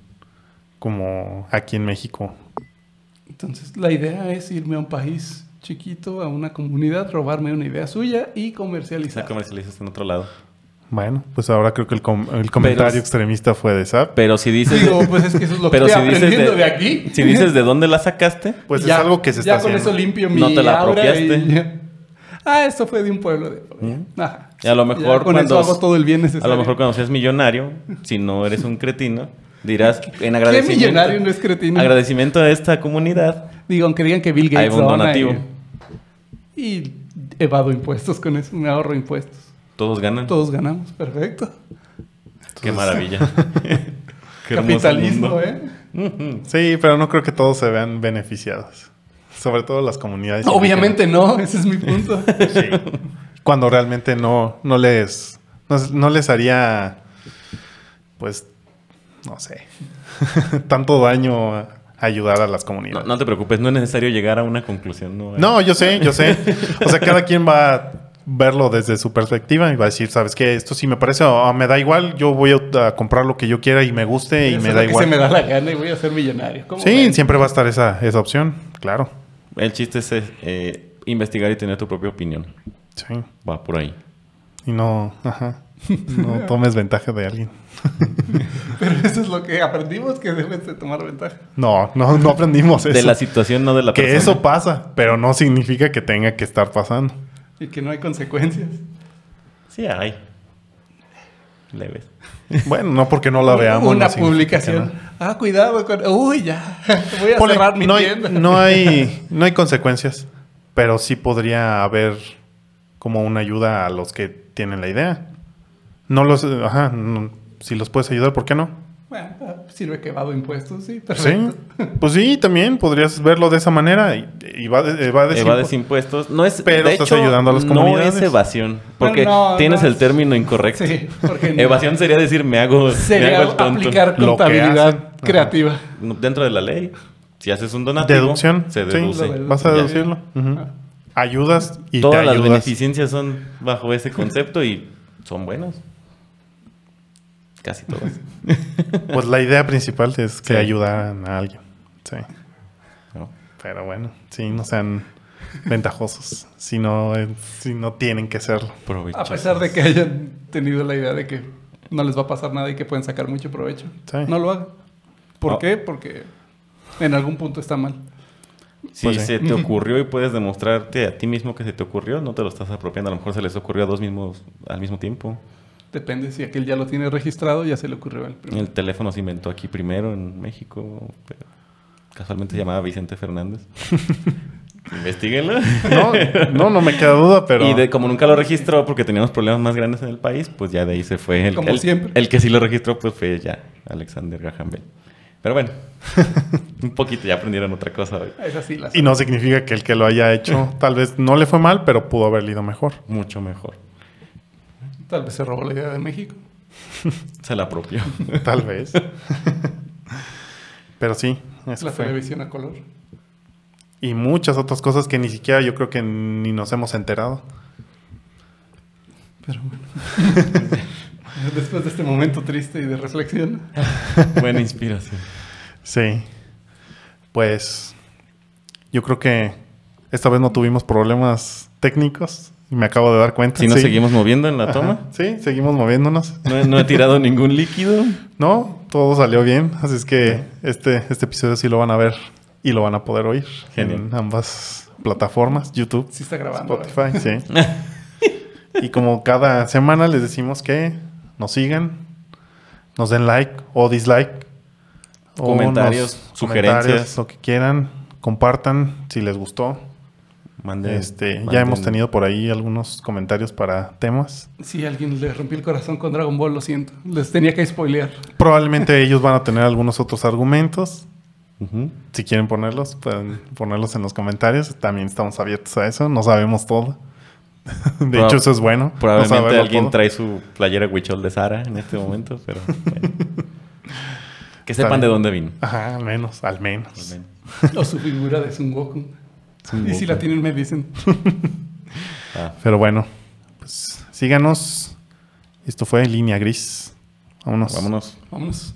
Speaker 1: como aquí en México.
Speaker 2: Entonces la idea es irme a un país chiquito, a una comunidad, robarme una idea suya y
Speaker 3: la
Speaker 2: comercializar.
Speaker 3: comercializas en otro lado.
Speaker 1: Bueno, pues ahora creo que el, com- el comentario
Speaker 3: Pero-
Speaker 1: extremista fue de SAP.
Speaker 3: Pero si dices,
Speaker 2: Digo, pues es que eso es lo que
Speaker 3: pero si
Speaker 2: estoy
Speaker 3: dices
Speaker 2: aprendiendo
Speaker 3: de,
Speaker 2: de, aquí.
Speaker 3: si dices de dónde la sacaste,
Speaker 1: Pues
Speaker 2: Ya-
Speaker 1: es algo que se
Speaker 2: ya
Speaker 1: está haciendo.
Speaker 2: con eso limpio mi
Speaker 3: No te la
Speaker 2: aura
Speaker 3: apropiaste.
Speaker 2: y ya. Ah, esto fue de un pueblo de por
Speaker 3: ¿eh?
Speaker 2: allá. Ajá.
Speaker 3: Y a lo
Speaker 2: Ya
Speaker 3: mejor
Speaker 2: con eso
Speaker 3: cuando-
Speaker 2: hago todo el bien
Speaker 3: A
Speaker 2: necesario.
Speaker 3: lo mejor cuando seas millonario, si no eres un cretino, dirás en
Speaker 2: ¿Qué
Speaker 3: agradecimiento.
Speaker 2: millonario no es cretino?
Speaker 3: Agradecimiento a esta comunidad.
Speaker 2: Digo, aunque digan que Bill
Speaker 3: Hay
Speaker 2: Gates
Speaker 3: un
Speaker 2: dona y-
Speaker 3: donativo.
Speaker 2: Y, evado impuestos con eso, me ahorro impuestos.
Speaker 3: Todos ganan.
Speaker 2: Todos ganamos, perfecto.
Speaker 3: Qué maravilla. Qué hermoso
Speaker 2: Capitalismo,
Speaker 3: mundo.
Speaker 2: ¿eh?
Speaker 1: Sí, pero no creo que todos se vean beneficiados. Sobre todo las comunidades.
Speaker 2: Obviamente no, ese es mi punto.
Speaker 1: Sí. Cuando realmente no, no les. No, no les haría. Pues. No sé. tanto daño a ayudar a las
Speaker 3: No,
Speaker 1: comunidades. No,
Speaker 3: no te preocupes, no es necesario llegar a una conclusión. No,
Speaker 1: yo sé, yo sé. O sea, cada quien va a verlo desde su perspectiva y va a decir, ¿sabes qué? Esto sí me parece, o me da igual, yo voy a, a comprar lo que yo quiera y me guste y
Speaker 2: Eso
Speaker 1: me
Speaker 2: es
Speaker 1: da
Speaker 2: lo que
Speaker 1: igual.
Speaker 2: se me da la gana y voy a ser millonario. ¿Cómo
Speaker 1: Sí,
Speaker 2: ven?
Speaker 1: siempre va a estar esa, esa opción, claro.
Speaker 3: El chiste es eh, investigar y tener tu propia opinión.
Speaker 1: Sí.
Speaker 3: Va por ahí.
Speaker 1: Y no, ajá. No tomes ventaja de alguien.
Speaker 2: Pero eso es lo que aprendimos, que debes de tomar ventaja.
Speaker 1: No, no, no aprendimos eso.
Speaker 3: De la situación, no de la
Speaker 1: que
Speaker 3: persona.
Speaker 1: eso pasa, pero no significa que tenga que estar pasando.
Speaker 2: Y que no hay consecuencias.
Speaker 3: Sí hay. Leves.
Speaker 1: Bueno, no porque no la veamos.
Speaker 2: Una
Speaker 1: no significa
Speaker 2: publicación.
Speaker 1: nada.
Speaker 2: Ah, cuidado con... Uy, ya. Voy a
Speaker 1: Ponle,
Speaker 2: cerrar mi
Speaker 1: no, hay,
Speaker 2: tienda.
Speaker 1: no, hay, no hay consecuencias, pero sí podría haber como una ayuda a los que tienen la idea. No los... Ajá, no- si los puedes ayudar, ¿por qué no?
Speaker 2: Bueno, ah, sirve que evado impuestos, sí.
Speaker 1: Sí,
Speaker 2: perfecto.
Speaker 1: pues sí, también podrías verlo de esa manera y, y va de, va de-
Speaker 3: Evades impuestos. No es,
Speaker 1: Pero
Speaker 3: de
Speaker 1: estás
Speaker 3: hecho,
Speaker 1: ayudando a las
Speaker 3: No
Speaker 1: comunidades.
Speaker 3: es evasión. Porque
Speaker 2: No, no,
Speaker 3: tienes
Speaker 2: no
Speaker 3: el
Speaker 2: es-
Speaker 3: término incorrecto.
Speaker 2: Sí, porque no.
Speaker 3: Evasión sería decir me hago, me
Speaker 2: sería
Speaker 3: hago el tonto.
Speaker 2: aplicar
Speaker 1: Lo que hacen.
Speaker 2: contabilidad
Speaker 1: Ajá.
Speaker 2: creativa.
Speaker 3: Dentro de la ley, si haces un donativo,
Speaker 1: deducción.
Speaker 3: se
Speaker 1: Sí,
Speaker 3: deduce.
Speaker 2: lo
Speaker 1: vas a
Speaker 3: Ya.
Speaker 1: deducirlo. Ujú.
Speaker 2: Ah.
Speaker 1: Ayudas y te
Speaker 3: Todas las
Speaker 1: ayudas.
Speaker 3: beneficencias son bajo ese concepto y son buenas. Casi todas.
Speaker 1: Pues la idea principal es que
Speaker 3: Sí.
Speaker 1: ayudaran a alguien. Sí.
Speaker 3: ¿no?
Speaker 1: Pero bueno, sí, no sean ventajosos. Si no, eh, si no tienen que serlo.
Speaker 3: Provecho.
Speaker 2: A pesar de que hayan tenido la idea de que no les va a pasar nada y que pueden sacar mucho provecho.
Speaker 1: Sí.
Speaker 2: No lo hagan. ¿Por
Speaker 3: No.
Speaker 2: qué? Porque en algún punto está mal.
Speaker 3: Si
Speaker 1: Pues sí.
Speaker 3: se te ocurrió y puedes demostrarte a ti mismo que se te ocurrió, no te lo estás apropiando. A lo mejor se les ocurrió a dos mismos al mismo tiempo.
Speaker 2: Depende si aquel ya lo tiene registrado, ya se le ocurrió al primero.
Speaker 3: El teléfono se inventó aquí primero en México. pero casualmente se llamaba Vicente Fernández. Investíguenlo.
Speaker 1: No, no, no me queda duda, pero.
Speaker 3: Y de, como nunca lo registró porque teníamos problemas más grandes en el país, pues ya de ahí se fue. El,
Speaker 2: Como
Speaker 3: el-
Speaker 2: siempre.
Speaker 3: El que sí lo registró pues fue ya Alexander Graham Bell. Pero bueno, un poquito ya aprendieron otra cosa hoy.
Speaker 2: Es así la
Speaker 1: Y no significa que el que lo haya hecho, tal vez no le fue mal, pero pudo haber ido mejor.
Speaker 3: Mucho mejor.
Speaker 2: Tal vez se robó la idea de México.
Speaker 3: Se la apropió.
Speaker 1: Tal vez. pero sí, eso
Speaker 2: la
Speaker 1: fue.
Speaker 2: televisión a color.
Speaker 1: Y muchas otras cosas que ni siquiera yo creo que ni nos hemos enterado.
Speaker 2: Pero bueno. Después de este momento triste y de reflexión.
Speaker 3: Buena inspiración.
Speaker 1: Sí. Pues yo creo que esta vez no tuvimos problemas técnicos. Me acabo de dar cuenta.
Speaker 3: Si nos
Speaker 1: Sí.
Speaker 3: seguimos moviendo en la
Speaker 1: Ajá.
Speaker 3: toma,
Speaker 1: Sí, seguimos moviéndonos.
Speaker 3: no, he- no he tirado ningún líquido.
Speaker 1: No, todo salió bien. Así es que este, este episodio sí lo van a ver y lo van a poder oír
Speaker 3: Genial.
Speaker 1: en ambas plataformas, YouTube,
Speaker 2: Sí está grabando. ¿verdad?
Speaker 1: Spotify, sí. y como cada semana les decimos que nos sigan, nos den like o dislike. o
Speaker 3: Comentarios,
Speaker 1: nos-
Speaker 3: sugerencias.
Speaker 1: comentarios, lo que quieran. Compartan si les gustó.
Speaker 3: Manden-
Speaker 1: Este, ya
Speaker 3: manden-
Speaker 1: hemos tenido por ahí algunos comentarios para temas.
Speaker 2: ¿eh? Si alguien le rompió el corazón con Dragon Ball, lo siento. Les tenía que spoilear.
Speaker 1: Probablemente ellos van a tener algunos otros argumentos.
Speaker 3: Ujú.
Speaker 1: Si quieren ponerlos, pueden ponerlos en los comentarios. También estamos abiertos a eso. No sabemos todo. De
Speaker 3: Proba-
Speaker 1: hecho, eso es bueno. no
Speaker 3: Probablemente
Speaker 1: saberlo
Speaker 3: alguien
Speaker 1: todo.
Speaker 3: trae su playera Huichol de Sara en este momento, pero bueno. que
Speaker 1: Está
Speaker 3: sepan de
Speaker 1: bien.
Speaker 3: dónde vino.
Speaker 1: Ajá, al menos, al
Speaker 3: Pues,
Speaker 1: menos.
Speaker 2: O su figura de Sun Goku.
Speaker 3: Son
Speaker 2: Y si
Speaker 3: pues,
Speaker 2: la tienen, me dicen.
Speaker 3: Ah,
Speaker 1: Pero bueno, pues síganos. Esto fue Línea Gris. Vámonos.
Speaker 3: vámonos.
Speaker 2: Vámonos.